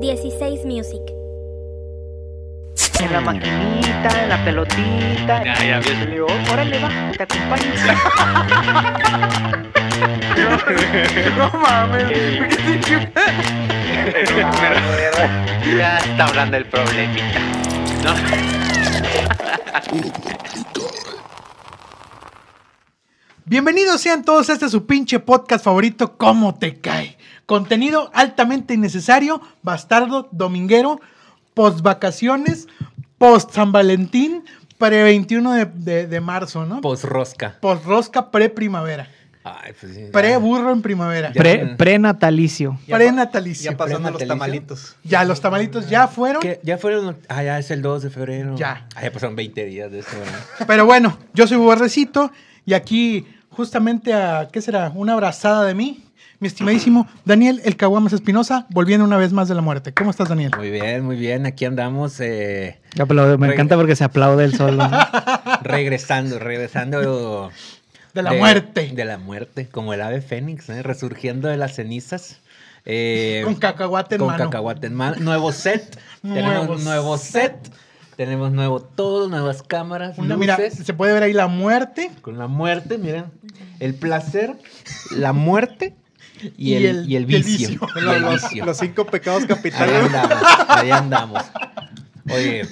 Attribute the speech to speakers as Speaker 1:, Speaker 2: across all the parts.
Speaker 1: 16 Music.
Speaker 2: En la
Speaker 3: Hmm.
Speaker 2: maquinita, en la pelotita.
Speaker 4: Ya, ya,
Speaker 2: Y le digo, órale, va, te acompaño. no, no mames.
Speaker 4: ya está hablando el problemita.
Speaker 5: Bienvenidos sean todos a este su pinche podcast favorito, ¿Cómo te cae? Contenido altamente innecesario, bastardo, dominguero, post vacaciones, post San Valentín, pre 21 de, de- de marzo, ¿no?
Speaker 6: Posrosca.
Speaker 5: Post rosca, pre primavera,
Speaker 6: Ay, pues sí.
Speaker 5: pre burro en primavera,
Speaker 6: Ya.
Speaker 3: Pre- Prenatalicio.
Speaker 6: Ya
Speaker 5: pre
Speaker 6: pa-
Speaker 5: natalicio.
Speaker 6: ya
Speaker 5: Ya,
Speaker 6: pa-
Speaker 7: Pasando los
Speaker 6: Natalicio.
Speaker 7: tamalitos.
Speaker 5: los tamalitos ya fueron,
Speaker 6: ¿Qué? ¿Ya fueron? Ah, ya es el 2 de febrero.
Speaker 5: Ya.
Speaker 6: Ah, ya pasaron 20 días de eso, ¿verdad?
Speaker 5: pero bueno, yo soy Borrecito y aquí justamente a, ¿qué será? Una abrazada de mí. Mi estimadísimo Daniel El Caguamas Espinosa, volviendo una vez más de la muerte. ¿Cómo estás, Daniel?
Speaker 6: Muy bien, muy bien. Aquí andamos eh,
Speaker 3: Yo aplaudo, me
Speaker 6: Re-
Speaker 3: encanta porque se aplaude el solo.
Speaker 6: regresando, regresando.
Speaker 5: De la muerte.
Speaker 6: De la muerte, como el ave fénix, ¿eh? resurgiendo de las cenizas. eh,
Speaker 5: Con cacahuate en
Speaker 6: con
Speaker 5: mano.
Speaker 6: cacahuate en mano. Nuevo set. Tenemos
Speaker 5: Nuevo
Speaker 6: nuevo set. Tenemos nuevo todo, nuevas cámaras,
Speaker 5: Una- mira,
Speaker 6: luces.
Speaker 5: se puede ver ahí la muerte
Speaker 6: Con la muerte, miren. El placer, la muerte y, el, y el vicio. Y
Speaker 7: Los,
Speaker 6: el
Speaker 7: los-
Speaker 6: vicio.
Speaker 7: los cinco pecados
Speaker 6: Ahí
Speaker 7: capitales.
Speaker 6: andamos, ahí andamos. Oye,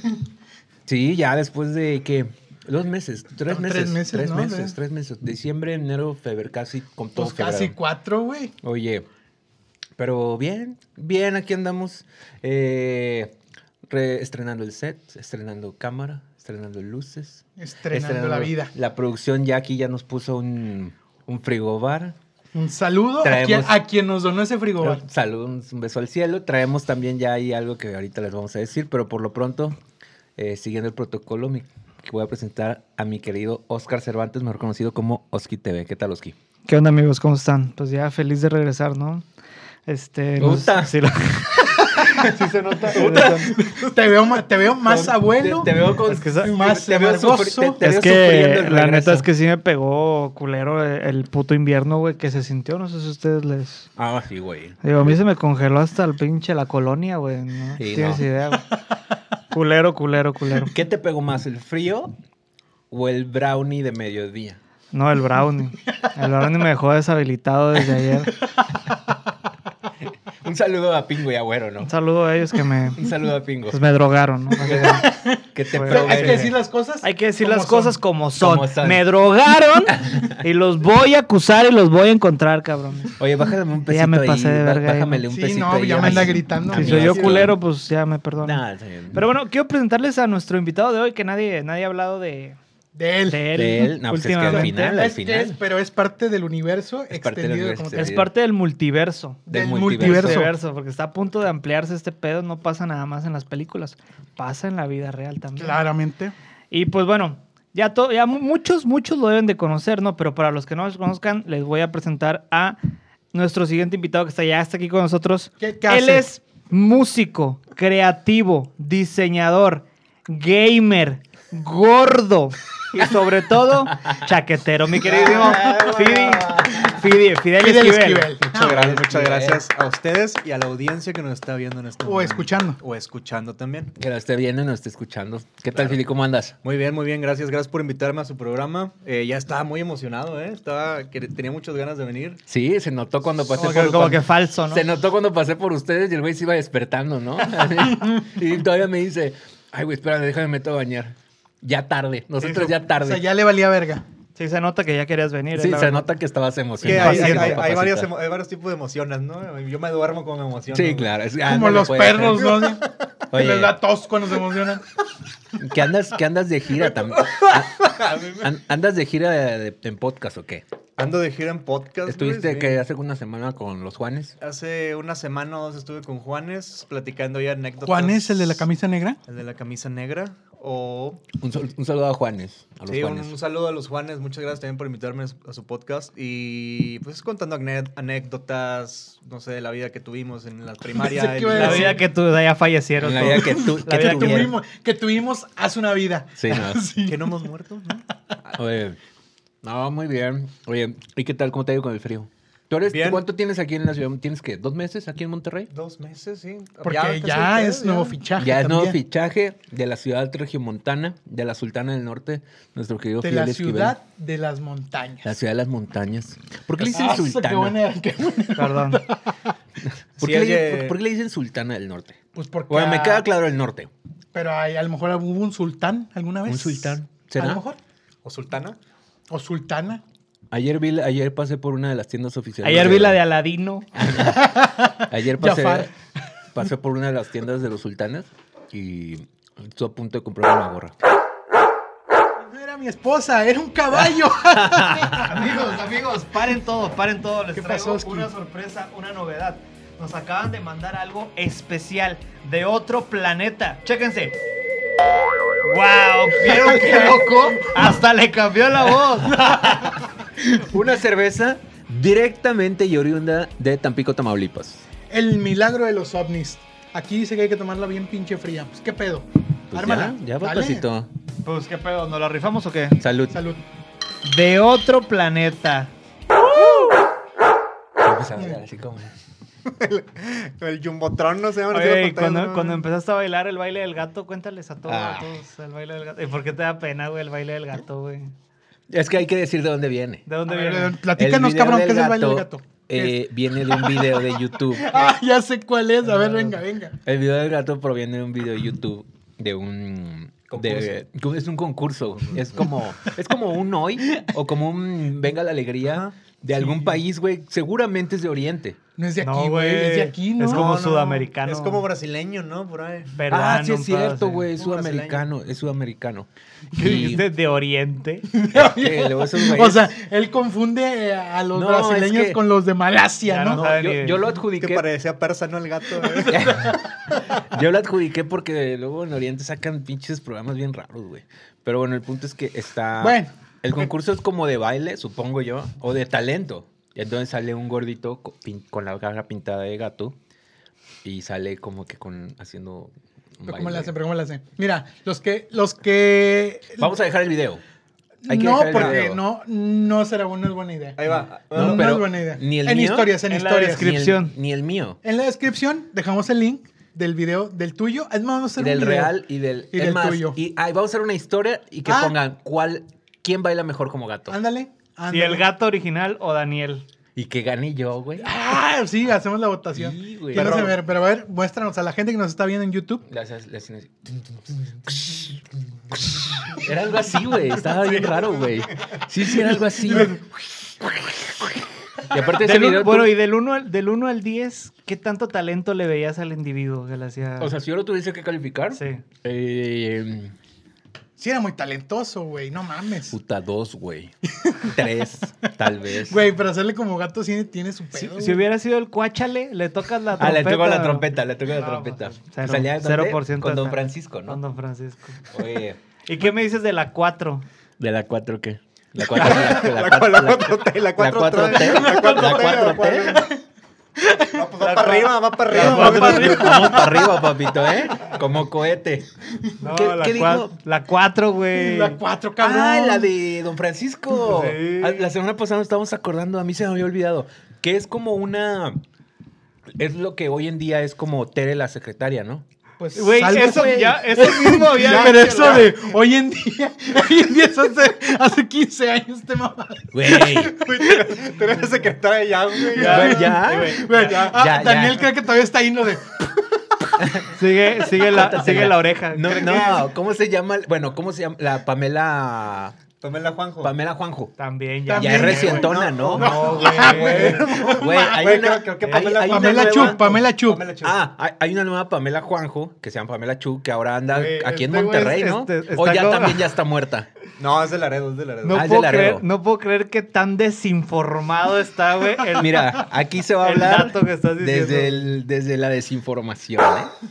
Speaker 6: sí, ya después de que. Dos meses, tres
Speaker 5: No,
Speaker 6: meses.
Speaker 5: tres meses,
Speaker 6: tres
Speaker 5: ¿no?
Speaker 6: meses,
Speaker 5: Ya.
Speaker 6: tres meses. Diciembre, enero, febrero, casi con todo
Speaker 5: pues casi
Speaker 6: febrero.
Speaker 5: cuatro, güey.
Speaker 6: Oye, pero bien, bien, aquí andamos. eh, re- estrenando el set, estrenando cámara, estrenando luces.
Speaker 5: Estrenando
Speaker 6: Estrenando
Speaker 5: la vida.
Speaker 6: La producción ya aquí ya nos puso un, un frigobar.
Speaker 5: Un saludo a
Speaker 6: Traemos-
Speaker 5: quien, a quien nos donó ese frigobar.
Speaker 6: Saludos, un beso al cielo. Traemos también ya ahí algo que ahorita les vamos a decir, pero por lo pronto, eh, siguiendo el protocolo, mi- que voy a presentar a mi querido Oscar Cervantes, mejor conocido como Oski TV. ¿Qué tal, Oski?
Speaker 3: ¿Qué onda, amigos? ¿Cómo están? Pues ya feliz de regresar, ¿no? Este. no
Speaker 6: Puta.
Speaker 3: sé si lo-
Speaker 7: Sí se nota.
Speaker 5: Te veo, ma- te veo más abuelo.
Speaker 6: Te, te veo con
Speaker 3: Es que esa-
Speaker 5: más
Speaker 6: te veo
Speaker 5: amargoso.
Speaker 6: sufri- te- te
Speaker 3: es
Speaker 6: veo sufriendo
Speaker 3: que
Speaker 6: el
Speaker 3: la
Speaker 6: regreso.
Speaker 3: neta es que sí me pegó culero eh, el puto invierno, güey, que se sintió. No sé si ustedes les.
Speaker 6: Ah, sí, güey.
Speaker 3: Digo, a mí se me congeló hasta el pinche la colonia, güey. No
Speaker 6: Sí,
Speaker 3: tienes
Speaker 6: no.
Speaker 3: idea, güey. Culero, culero, culero.
Speaker 6: ¿Qué te pegó más, el frío o el brownie de mediodía?
Speaker 3: No, el brownie. El brownie me dejó deshabilitado desde ayer.
Speaker 6: Un saludo a Pingo y Agüero, ¿no?
Speaker 3: Un saludo a ellos que me.
Speaker 6: Un saludo a Pingo.
Speaker 3: Pues me drogaron, ¿no?
Speaker 6: Que te
Speaker 3: Hay
Speaker 5: Pero eh, Hay
Speaker 6: provoque.
Speaker 5: pues que decir las cosas.
Speaker 3: Hay que decir
Speaker 5: como
Speaker 3: las cosas
Speaker 5: son.
Speaker 3: como son.
Speaker 6: Como son.
Speaker 3: Me drogaron y los voy a acusar y los voy a encontrar, cabrón.
Speaker 6: Oye, bájame un pesito
Speaker 3: Ya me
Speaker 6: ahí,
Speaker 3: pasé de
Speaker 6: bá-
Speaker 3: verga ahí,
Speaker 6: Bájamele
Speaker 5: ¿no?
Speaker 6: un
Speaker 5: Sí,
Speaker 6: pesito
Speaker 5: no,
Speaker 6: ahí
Speaker 5: ya
Speaker 6: a
Speaker 5: me anda
Speaker 6: mi-
Speaker 5: gritando,
Speaker 6: a
Speaker 5: mi
Speaker 3: Si
Speaker 6: mi
Speaker 3: soy yo
Speaker 6: Oscar.
Speaker 3: culero, pues ya me perdono.
Speaker 6: Nah, está bien.
Speaker 3: Pero bueno, quiero presentarles a nuestro invitado de hoy, que nadie, nadie ha hablado de,
Speaker 5: De él.
Speaker 3: de él.
Speaker 6: de él, no, pues es que al
Speaker 3: últimamente.
Speaker 6: final-
Speaker 5: Es que
Speaker 6: final.
Speaker 5: es- pero es parte del universo
Speaker 6: parte del
Speaker 5: extendido.
Speaker 6: universo
Speaker 5: como te-
Speaker 3: Es parte del multiverso.
Speaker 5: del,
Speaker 6: del
Speaker 5: multiverso.
Speaker 3: Multiverso, porque está a punto de ampliarse este pedo. No pasa nada más en las películas, pasa en la vida real también.
Speaker 5: Claramente.
Speaker 3: Y pues bueno, ya, to- ya mu- muchos, muchos lo deben de conocer, ¿no? Pero para los que no los conozcan, les voy a presentar a nuestro siguiente invitado que está ya hasta aquí con nosotros.
Speaker 5: ¿Qué- qué
Speaker 3: Él
Speaker 5: hace?
Speaker 3: es músico, creativo, diseñador, gamer, gordo y sobre todo chaquetero, mi queridísimo Fidi, Fidi- Fidel,
Speaker 5: Ah, Fidel
Speaker 3: Esquivel.
Speaker 5: Esquivel. Ah,
Speaker 7: Muchas gracias, muchas
Speaker 6: Bien.
Speaker 7: gracias a ustedes y a la audiencia que nos está viendo en este
Speaker 5: O
Speaker 7: momento.
Speaker 5: escuchando.
Speaker 7: O escuchando también.
Speaker 6: Que lo esté viendo y nos esté escuchando. ¿Qué tal, Fili? ¿Cómo andas?
Speaker 7: Muy bien, muy bien, gracias, gracias por invitarme a su programa. Eh, ya estaba muy emocionado, ¿eh? Estaba, que tenía muchas ganas de venir.
Speaker 6: Sí, se notó cuando pasé
Speaker 3: Como
Speaker 6: por
Speaker 3: que, como que falso, ¿no?
Speaker 6: Se notó cuando pasé por ustedes y el güey se iba despertando, ¿no? y todavía me dice, ay, güey, espérame, déjame meto a bañar. Ya tarde, nosotros ya
Speaker 5: O sea,
Speaker 6: tarde.
Speaker 5: ya le valía verga.
Speaker 3: Sí, se nota que ya querías venir. eh,
Speaker 6: Sí,
Speaker 3: la
Speaker 6: se
Speaker 3: verdad.
Speaker 6: nota que estabas
Speaker 7: Que
Speaker 6: emocionado.
Speaker 7: hay,
Speaker 6: Sí,
Speaker 7: hay-
Speaker 6: no,
Speaker 7: hay- hay
Speaker 6: papacita.
Speaker 7: varias emo- hay varios tipos de emociones, ¿no? Yo me duermo con emociones.
Speaker 6: Sí, claro. es-
Speaker 5: Como
Speaker 6: ándale,
Speaker 5: los
Speaker 6: pues.
Speaker 5: perros, ¿no? Así, que
Speaker 6: Oye.
Speaker 5: Les da tos cuando se emocionan.
Speaker 6: ¿Qué andas, que andas de gira también? An- ¿Andas de gira de- de- en podcast o qué?
Speaker 7: Ando de gira en podcast.
Speaker 6: Estuviste
Speaker 7: güey,
Speaker 6: que
Speaker 7: sí.
Speaker 6: hace una semana con los Juanes.
Speaker 7: Hace una semana o dos estuve con Juanes platicando ya anécdotas.
Speaker 5: ¿Juan es el de la camisa negra?
Speaker 7: El de la camisa negra. O
Speaker 6: Un, sol- un saludo a Juanes. A los
Speaker 7: Sí, un,
Speaker 6: Juanes.
Speaker 7: un saludo a los Juanes. Muchas gracias también por invitarme a su, a su podcast. Y pues contando ane- anécdotas, no sé, de la vida que tuvimos en la
Speaker 5: Pensé
Speaker 7: primaria.
Speaker 5: que
Speaker 7: en
Speaker 5: iba a
Speaker 7: la-
Speaker 3: La vida que tú ya fallecieron.
Speaker 6: En la
Speaker 3: todos.
Speaker 6: vida que tú-
Speaker 3: La
Speaker 6: que
Speaker 3: vida
Speaker 5: Que
Speaker 3: que
Speaker 6: tuvieron.
Speaker 5: tuvimos, que tuvimos hace una vida.
Speaker 6: Sí, no.
Speaker 7: Que no hemos muerto, ¿no?
Speaker 6: Oye, no, muy bien. Oye, ¿y qué tal? ¿Cómo te ha ido con el frío? ¿Tú eres,
Speaker 7: Bien.
Speaker 6: ¿Cuánto tienes aquí en la ciudad? ¿Tienes qué? ¿Dos meses aquí en Monterrey?
Speaker 7: Dos meses, sí.
Speaker 5: Porque ya,
Speaker 7: casi
Speaker 5: es
Speaker 7: ustedes,
Speaker 5: nuevo
Speaker 7: ya.
Speaker 5: fichaje.
Speaker 6: Ya es nuevo
Speaker 5: también.
Speaker 6: fichaje de la ciudad regiomontana, de la Sultana del Norte, nuestro querido
Speaker 5: De
Speaker 6: Fidel
Speaker 5: la
Speaker 6: Esquivel.
Speaker 5: ciudad de las montañas.
Speaker 6: La ciudad de las montañas. ¿Por qué le dicen
Speaker 5: Ah, eso,
Speaker 6: Sultana?
Speaker 5: qué buena- qué buena-
Speaker 3: Perdón.
Speaker 6: ¿Por,
Speaker 7: Sí,
Speaker 6: qué le,
Speaker 7: oye.
Speaker 6: por- por qué le dicen Sultana del Norte?
Speaker 5: Pues porque.
Speaker 6: Bueno, me
Speaker 5: a-
Speaker 6: queda claro el norte.
Speaker 5: Pero hay- a lo mejor hubo un sultán alguna vez.
Speaker 6: ¿Un sultán?
Speaker 5: A
Speaker 6: ¿Será?
Speaker 5: lo mejor.
Speaker 7: ¿O Sultana?
Speaker 5: O sultana.
Speaker 6: Ayer, vi, la- ayer pasé por una de las tiendas oficiales.
Speaker 3: Ayer vi la de Aladino.
Speaker 6: Ayer pasé,
Speaker 5: Jafar.
Speaker 6: pasé por una de las tiendas de los sultanes y estuve a punto de comprar una gorra.
Speaker 5: No era mi esposa, era un caballo.
Speaker 3: Amigos, amigos, paren todo, paren todo. Les
Speaker 5: ¿Qué
Speaker 3: traigo
Speaker 5: pasó, Oski?
Speaker 3: una sorpresa, una novedad. Nos acaban de mandar algo especial de otro planeta. Chéquense. ¡Wow! ¿Vieron qué loco? Hasta le cambió la voz.
Speaker 6: Una cerveza directamente y oriunda de Tampico, Tamaulipas.
Speaker 5: El milagro de los ovnis. Aquí dice que hay que tomarla bien pinche fría. Pues qué pedo.
Speaker 6: Pues
Speaker 5: Ármala.
Speaker 6: ya, ya
Speaker 5: Dale.
Speaker 6: papacito.
Speaker 3: Pues qué pedo, ¿nos la rifamos o qué?
Speaker 6: Salud.
Speaker 5: Salud.
Speaker 3: De otro planeta.
Speaker 6: Así como-
Speaker 7: El Jumbotron no se llama.
Speaker 3: Oye, y cuando, cuando empezaste a bailar el baile del gato, cuéntales a todos,
Speaker 6: Ah.
Speaker 3: a todos el baile del gato. ¿Y por qué te da pena, güey, el baile del gato, güey?
Speaker 6: Es que hay que decir de dónde viene.
Speaker 3: ¿De dónde
Speaker 5: A ver,
Speaker 3: viene?
Speaker 5: Platícanos,
Speaker 6: video
Speaker 5: cabrón,
Speaker 6: del
Speaker 5: qué es el baile del
Speaker 6: gato,
Speaker 5: gato.
Speaker 6: eh, Viene de un video de YouTube.
Speaker 5: Ah, ya sé cuál es. A ver, venga, venga.
Speaker 6: El video del gato proviene de un video de YouTube de un de- es un concurso es como es como un hoy o como un venga la alegría de algún país güey seguramente es de Oriente
Speaker 5: No es de aquí,
Speaker 3: No,
Speaker 5: güey. Es de
Speaker 3: güey.
Speaker 5: aquí,
Speaker 3: Es
Speaker 5: ¿no?
Speaker 3: como sudamericano.
Speaker 7: Es como brasileño, ¿no? Por ahí.
Speaker 6: ah
Speaker 3: Peruano,
Speaker 6: sí es
Speaker 3: un pedo
Speaker 6: cierto
Speaker 3: así.
Speaker 6: güey es
Speaker 7: Un brasileño.
Speaker 6: sudamericano es sudamericano
Speaker 3: ¿Qué
Speaker 6: Y-
Speaker 3: dijiste? De Oriente.
Speaker 6: es que luego esos güeyes-
Speaker 5: O sea, él confunde eh, a los
Speaker 6: No,
Speaker 5: brasileños
Speaker 6: es que-
Speaker 5: con los de Malasia,
Speaker 3: Ya
Speaker 5: ¿no?
Speaker 3: no
Speaker 6: No,
Speaker 3: sabe
Speaker 6: yo,
Speaker 3: ni-
Speaker 6: yo lo
Speaker 7: Es que
Speaker 6: adjudiqué
Speaker 7: parecía persa, ¿no? El gato. eh.
Speaker 6: Yo lo adjudiqué porque luego en Oriente sacan pinches programas bien raros, güey. Pero bueno, el punto es que está.
Speaker 5: Bueno.
Speaker 6: El concurso es como de baile, supongo yo, o de talento. Y entonces sale un gordito co- pin- con, la cara pintada de gato y sale como que con haciendo. un
Speaker 5: Pero ¿Cómo
Speaker 6: baile.
Speaker 5: le hacen? Pero ¿Cómo le hacen? Mira, los que, los que.
Speaker 6: Vamos a dejar el video. hay que
Speaker 5: no,
Speaker 6: dejar el
Speaker 5: porque
Speaker 6: video.
Speaker 5: no, no será buena, es buena idea.
Speaker 7: Ahí va.
Speaker 5: No,
Speaker 6: No,
Speaker 5: no
Speaker 6: pero
Speaker 5: es buena idea.
Speaker 6: ni el
Speaker 5: en
Speaker 6: mío,
Speaker 5: historias, en,
Speaker 3: en la
Speaker 6: Ni el-
Speaker 5: historias.
Speaker 3: descripción.
Speaker 6: Ni el, mío.
Speaker 5: En la descripción dejamos el link del video del tuyo. Es más, vamos a hacer un
Speaker 6: Del
Speaker 5: video.
Speaker 6: real y del.
Speaker 5: Y
Speaker 6: es
Speaker 5: del
Speaker 6: más,
Speaker 5: tuyo.
Speaker 6: Y ay, vamos a hacer una historia y que
Speaker 5: Ah.
Speaker 6: pongan cuál. ¿Quién baila mejor como gato?
Speaker 5: Ándale. ándale.
Speaker 3: ¿Y el gato original o Daniel?
Speaker 6: Y que gane yo, güey.
Speaker 5: Ah, sí, hacemos la votación.
Speaker 6: Sí, güey.
Speaker 5: Quiero
Speaker 6: Pero-
Speaker 5: saber, pero a ver, muéstranos a la gente que nos está viendo en YouTube.
Speaker 6: Le haces- le hacen así. Era algo así, güey. Estaba bien raro, güey. Sí, sí, era algo así. Y aparte ese
Speaker 3: Del un-
Speaker 6: video...
Speaker 3: bueno,
Speaker 6: tú-
Speaker 3: y del 1 al, del uno al 10, ¿qué tanto talento le veías al individuo que le hacía?
Speaker 6: O sea, si yo lo tuviese que calificar...
Speaker 3: sí.
Speaker 6: eh,
Speaker 5: Sí, era muy talentoso, güey. No mames.
Speaker 6: puta, dos, güey. Tres, tal vez.
Speaker 5: Güey, pero hacerle como gato sí tiene su pedo.
Speaker 3: Si,
Speaker 5: güey.
Speaker 3: si hubiera sido el cuáchale, le tocas la trompeta.
Speaker 6: Ah, le tocó la
Speaker 3: ¿no?
Speaker 6: trompeta, le tocó la
Speaker 3: No,
Speaker 6: trompeta.
Speaker 3: pues, cero,
Speaker 6: Salía con-
Speaker 3: 0%
Speaker 6: con Don
Speaker 3: hasta-
Speaker 6: Francisco,
Speaker 3: Con
Speaker 6: ¿no?
Speaker 3: Don Francisco.
Speaker 6: Oye,
Speaker 3: ¿Y qué me dices de la 4?
Speaker 6: ¿de la 4 qué? La 4 la, la,
Speaker 7: La 4T, la 4T. La 4T. No, pues va para arriba, va para arriba. va para arriba.
Speaker 6: Vamos para arriba, papito, ¿eh? Como cohete.
Speaker 3: No,
Speaker 6: ¿Qué-
Speaker 3: la,
Speaker 6: qué
Speaker 3: cua-
Speaker 6: dijo?
Speaker 3: la 4, güey.
Speaker 5: La cuatro, cabrón.
Speaker 6: Ah, la de Don Francisco.
Speaker 3: Sí.
Speaker 6: Ah, La semana pasada nos estábamos acordando, a mí se me había olvidado, que es como una... Es lo que hoy en día es como Tere la secretaria, ¿no?
Speaker 5: Pues,
Speaker 3: Güey,
Speaker 5: algo,
Speaker 3: eso
Speaker 5: güey.
Speaker 3: ya, eso mismo
Speaker 5: Ya,
Speaker 3: había dicho,
Speaker 5: pero eso
Speaker 3: ¿no?
Speaker 5: de hoy en día, hoy en día, eso hace, hace 15 años este mamá.
Speaker 6: Güey.
Speaker 7: Tú eres la secretaria de Yahoo, güey.
Speaker 6: Güey, ya.
Speaker 3: Sí, güey.
Speaker 5: Güey, ah,
Speaker 6: ya, ya.
Speaker 5: Daniel cree que todavía está ahí lo de.
Speaker 3: Sigue, sigue, la, sigue la oreja.
Speaker 6: No, no, ¿cómo se llama? Bueno, ¿cómo se llama? La Pamela...
Speaker 7: Tómela, Juanjo.
Speaker 6: Pamela Juanjo.
Speaker 3: También, ya.
Speaker 6: ya es
Speaker 5: También,
Speaker 6: recientona, ¿no? Ah,
Speaker 3: No, güey.
Speaker 6: Güey, hay
Speaker 7: Güey,
Speaker 6: una...
Speaker 7: creo que
Speaker 6: hay-
Speaker 7: Pamela-
Speaker 6: hay una
Speaker 5: Pamela
Speaker 6: nueva-
Speaker 5: Chu, Pamela Chu.
Speaker 7: Pamela Chu.
Speaker 6: Ah, hay, hay una nueva Pamela Juanjo que se llama Pamela Chu que ahora anda
Speaker 3: Güey,
Speaker 6: aquí en
Speaker 3: este güey es-
Speaker 6: Monterrey, ¿no?
Speaker 3: este-
Speaker 6: o
Speaker 3: está
Speaker 6: ya
Speaker 3: como-
Speaker 6: también ya está muerta.
Speaker 7: No, es de Laredo, es de Laredo.
Speaker 3: No,
Speaker 6: Ah, es
Speaker 3: puedo
Speaker 6: de Laredo.
Speaker 3: creer, no puedo creer que tan desinformado está, güey. el-
Speaker 6: Mira, aquí se va a
Speaker 3: El
Speaker 6: hablar
Speaker 3: dato que estás diciendo.
Speaker 6: desde, el- desde la desinformación, ¿eh?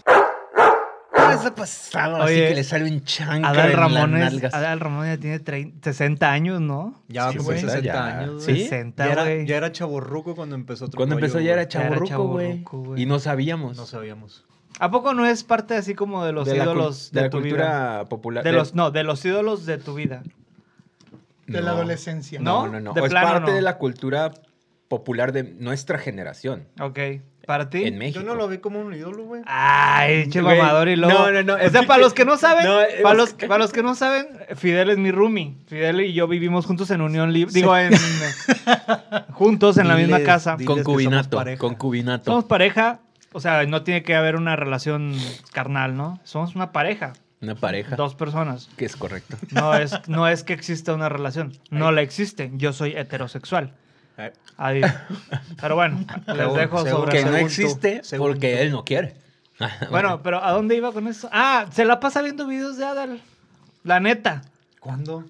Speaker 6: ¿Qué les ha pasado?
Speaker 3: Oye,
Speaker 6: Así que le sale un chancro en
Speaker 3: Adal
Speaker 6: las
Speaker 3: Ramones,
Speaker 6: nalgas.
Speaker 3: Adal Ramones ya tiene trein- 60 años, ¿no?
Speaker 7: Ya va
Speaker 6: Sí,
Speaker 7: como
Speaker 6: güey,
Speaker 7: 60
Speaker 6: ya.
Speaker 7: años.
Speaker 6: Sí,
Speaker 7: güey.
Speaker 3: 60,
Speaker 7: Ya era,
Speaker 3: güey.
Speaker 7: ya era chaborruco cuando empezó otro
Speaker 6: Cuando
Speaker 7: rollo,
Speaker 6: empezó ya
Speaker 7: güey.
Speaker 6: era
Speaker 3: Ya era
Speaker 6: chaburruco, güey.
Speaker 3: chavorruco, güey.
Speaker 6: Y no sabíamos.
Speaker 7: No sabíamos.
Speaker 3: ¿A poco no es parte así como de los
Speaker 6: de la, cul-
Speaker 3: ídolos
Speaker 6: de
Speaker 3: de,
Speaker 6: la
Speaker 3: tu
Speaker 6: cultura
Speaker 3: vida?
Speaker 6: popular.
Speaker 3: De los, no, de los ídolos de tu vida.
Speaker 5: De la adolescencia.
Speaker 6: No, no, no.
Speaker 3: De
Speaker 6: es
Speaker 3: plano
Speaker 6: parte
Speaker 3: no.
Speaker 6: de la cultura popular de nuestra generación
Speaker 3: Ok. ¿Para ti?
Speaker 6: en México.
Speaker 7: Yo no lo vi como un ídolo, güey.
Speaker 6: Ah,
Speaker 3: Ay, che
Speaker 6: Mm, Güey,
Speaker 3: mamador y lobo.
Speaker 6: no, no, no,
Speaker 3: O sea,
Speaker 6: es-
Speaker 3: para los que no saben,
Speaker 6: No, es-
Speaker 3: para, los, para los que no saben, Fidel es mi roomie. Fidel y yo vivimos juntos en unión libre. Digo, en, juntos en la
Speaker 7: Diles,
Speaker 3: misma casa.
Speaker 7: diles que somos
Speaker 6: Concubinato,
Speaker 7: pareja.
Speaker 6: concubinato.
Speaker 3: Somos pareja. O sea, no tiene que haber una relación carnal, ¿no? Somos una pareja.
Speaker 6: Una pareja.
Speaker 3: Dos personas.
Speaker 6: Que es correcto.
Speaker 3: No es, no es que exista una relación. No la existe. Yo soy heterosexual.
Speaker 7: Ay,
Speaker 3: Adiós. Pero bueno, les
Speaker 7: Según-
Speaker 3: dejo
Speaker 7: según-
Speaker 3: sobre
Speaker 6: Que
Speaker 3: eso.
Speaker 6: no
Speaker 7: según tú,
Speaker 6: existe
Speaker 7: según
Speaker 6: porque
Speaker 7: tú.
Speaker 6: él no quiere.
Speaker 3: Bueno, pero ¿a dónde iba con eso? Ah, se la pasa viendo videos de Adal. La neta.
Speaker 7: ¿Cuándo?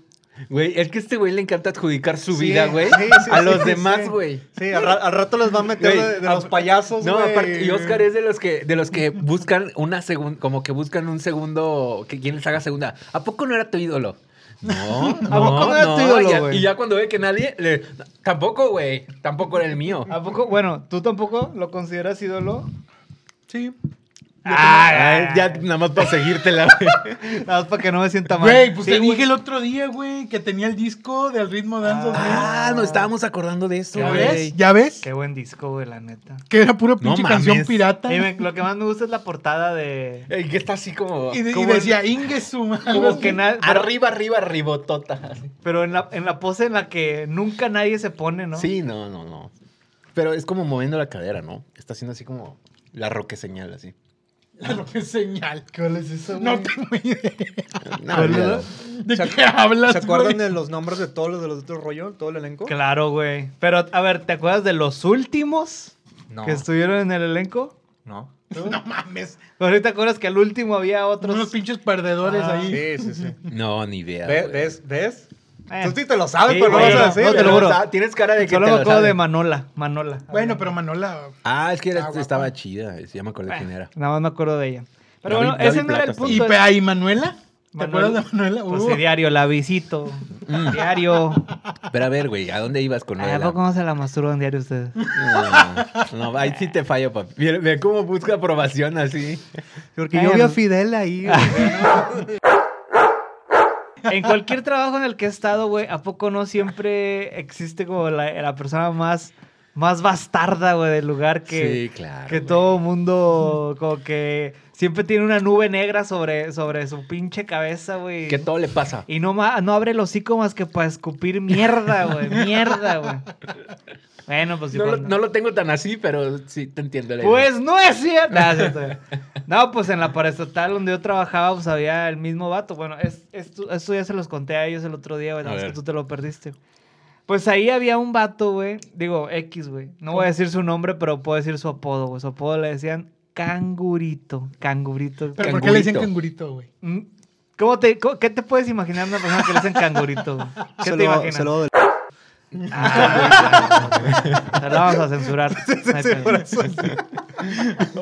Speaker 6: Güey, es que a este güey le encanta adjudicar su
Speaker 7: Sí,
Speaker 6: vida, güey.
Speaker 7: sí, sí,
Speaker 6: a
Speaker 7: sí,
Speaker 6: los
Speaker 7: sí,
Speaker 6: demás,
Speaker 7: sí.
Speaker 6: güey.
Speaker 7: Sí, al, ra- al rato les va a meter
Speaker 6: Güey,
Speaker 7: de, de
Speaker 6: a-
Speaker 7: los payasos,
Speaker 6: No,
Speaker 7: güey.
Speaker 6: aparte, y Oscar es de los que, de los que buscan una segunda, como que buscan un segundo, que quien les haga segunda. ¿A poco no era tu ídolo? No, ¿A
Speaker 3: poco no era tu ídolo,
Speaker 6: y ya-
Speaker 3: güey?
Speaker 6: Y ya cuando ve que nadie, le- tampoco, güey, tampoco era el mío.
Speaker 3: ¿A poco? Bueno, ¿tú tampoco lo consideras ídolo?
Speaker 5: Sí.
Speaker 6: Ah, ya nada más para seguírtela, güey.
Speaker 3: Nada más para que no me sienta mal.
Speaker 5: Güey, pues
Speaker 3: Sí,
Speaker 5: te
Speaker 3: güey.
Speaker 5: dije el otro día, güey, que tenía el disco del ritmo dance 2000.
Speaker 6: Ah, nos estábamos acordando de eso,
Speaker 5: ¿Ya
Speaker 3: güey.
Speaker 5: ves? ¿Ya ves?
Speaker 3: Qué buen disco, güey, la neta.
Speaker 5: Que era pura pinche
Speaker 6: mames.
Speaker 5: canción pirata.
Speaker 3: Y me- lo que más me gusta es la portada de...
Speaker 6: El que está así como...
Speaker 5: Y, de- y
Speaker 6: como
Speaker 5: decía, Inge suma.
Speaker 3: Como que na- pero,
Speaker 6: Arriba, arriba, ribotota. así.
Speaker 3: pero en la, en la pose en la que nunca nadie se pone, ¿no?
Speaker 6: Sí, no, no, no. Pero es como moviendo la cadera, ¿no? Está haciendo así como la roque señal, así.
Speaker 5: Lo que señal.
Speaker 3: ¿Cuál es eso,
Speaker 5: No tengo idea
Speaker 6: No, olvídalo.
Speaker 5: de qué hablas,
Speaker 7: ¿Se acuerdan
Speaker 5: güey.
Speaker 7: de los nombres de todos los del otro rollo? ¿Todo el elenco?
Speaker 3: Claro, güey. Pero, a ver, ¿te acuerdas de los últimos
Speaker 7: No.
Speaker 3: que estuvieron en el elenco?
Speaker 7: No.
Speaker 5: No mames.
Speaker 3: Pero ahorita acuerdas que al último había
Speaker 5: Unos
Speaker 3: otros.
Speaker 5: pinches perdedores
Speaker 3: Ah,
Speaker 5: ahí.
Speaker 7: Sí, sí, sí.
Speaker 6: No, ni idea.
Speaker 7: ¿Ve-
Speaker 6: güey.
Speaker 7: ¿Ves? ¿Ves?
Speaker 3: Eh,
Speaker 7: Tú sí te lo sabes,
Speaker 3: Sí,
Speaker 7: pero no
Speaker 3: güey,
Speaker 7: vas a
Speaker 3: no,
Speaker 7: decir.
Speaker 3: no te lo
Speaker 6: Pero,
Speaker 3: juro.
Speaker 6: o sea, Tienes cara de que
Speaker 3: Solo
Speaker 6: te
Speaker 3: me
Speaker 6: la
Speaker 3: acuerdo
Speaker 6: sabes.
Speaker 3: de Manola. Manola.
Speaker 5: Bueno, pero Manuela.
Speaker 6: Ah, es que era-
Speaker 5: Ah, guapa.
Speaker 6: estaba chida. eh, Sí, ya me acordé
Speaker 3: Eh,
Speaker 6: quién era.
Speaker 3: Nada más me acuerdo de ella. Pero
Speaker 6: La vi-
Speaker 3: bueno,
Speaker 6: la vi
Speaker 3: ese no era el
Speaker 6: plata,
Speaker 5: ¿Y,
Speaker 3: punto.
Speaker 5: pe- y Manuela? ¿Te
Speaker 3: Manuela.
Speaker 5: acuerdas de Manuela?
Speaker 3: Pues
Speaker 5: Uh.
Speaker 3: sí, diario, la visito. Diario.
Speaker 6: Pero a ver, güey, ¿a dónde ibas con
Speaker 3: Mm. Ah, ¿A
Speaker 6: Noela?
Speaker 3: poco no se la masturban diario ustedes?
Speaker 6: No, no, ahí sí te fallo, papi. Ve, ve cómo busca aprobación así.
Speaker 7: ¿Eh?
Speaker 3: Porque yo vi a
Speaker 7: Fidel ahí.
Speaker 3: En cualquier trabajo en el que he estado, güey, ¿a poco no siempre existe como la, la persona más, más bastarda, güey, del lugar que,
Speaker 6: sí, claro.
Speaker 3: que
Speaker 6: güey.
Speaker 3: todo mundo como que siempre tiene una nube negra sobre, sobre su pinche cabeza, güey.
Speaker 6: Que todo le pasa.
Speaker 3: Y no, ma- no abre el hocico más que para escupir mierda, güey. Mierda, güey. Bueno, pues sí,
Speaker 6: No lo,
Speaker 3: pues,
Speaker 6: no lo tengo tan así, pero sí te entiendo. la idea.
Speaker 3: Pues no es cierto. Nah, es cierto, güey. No, pues en la paraestatal donde yo trabajaba, pues había el mismo vato. Bueno, es- esto, esto ya se los conté a ellos el otro día, güey.
Speaker 6: A
Speaker 3: nada más que
Speaker 6: ver.
Speaker 3: tú te lo perdiste. Pues ahí había un vato, güey. Digo, X, güey. No voy a decir su nombre, pero puedo decir su apodo, güey. Su apodo le decían cangurito. Cangurito.
Speaker 5: ¿Pero por qué le decían
Speaker 6: Cangurito.
Speaker 5: cangurito, güey?
Speaker 3: Mm, ¿Cómo te, cómo- ¿Qué te puedes imaginar de una persona que le dicen cangurito? güey? ¿Qué te imaginas?
Speaker 7: Se lo del...
Speaker 3: Ah, la vamos a censurar. No hay pedo.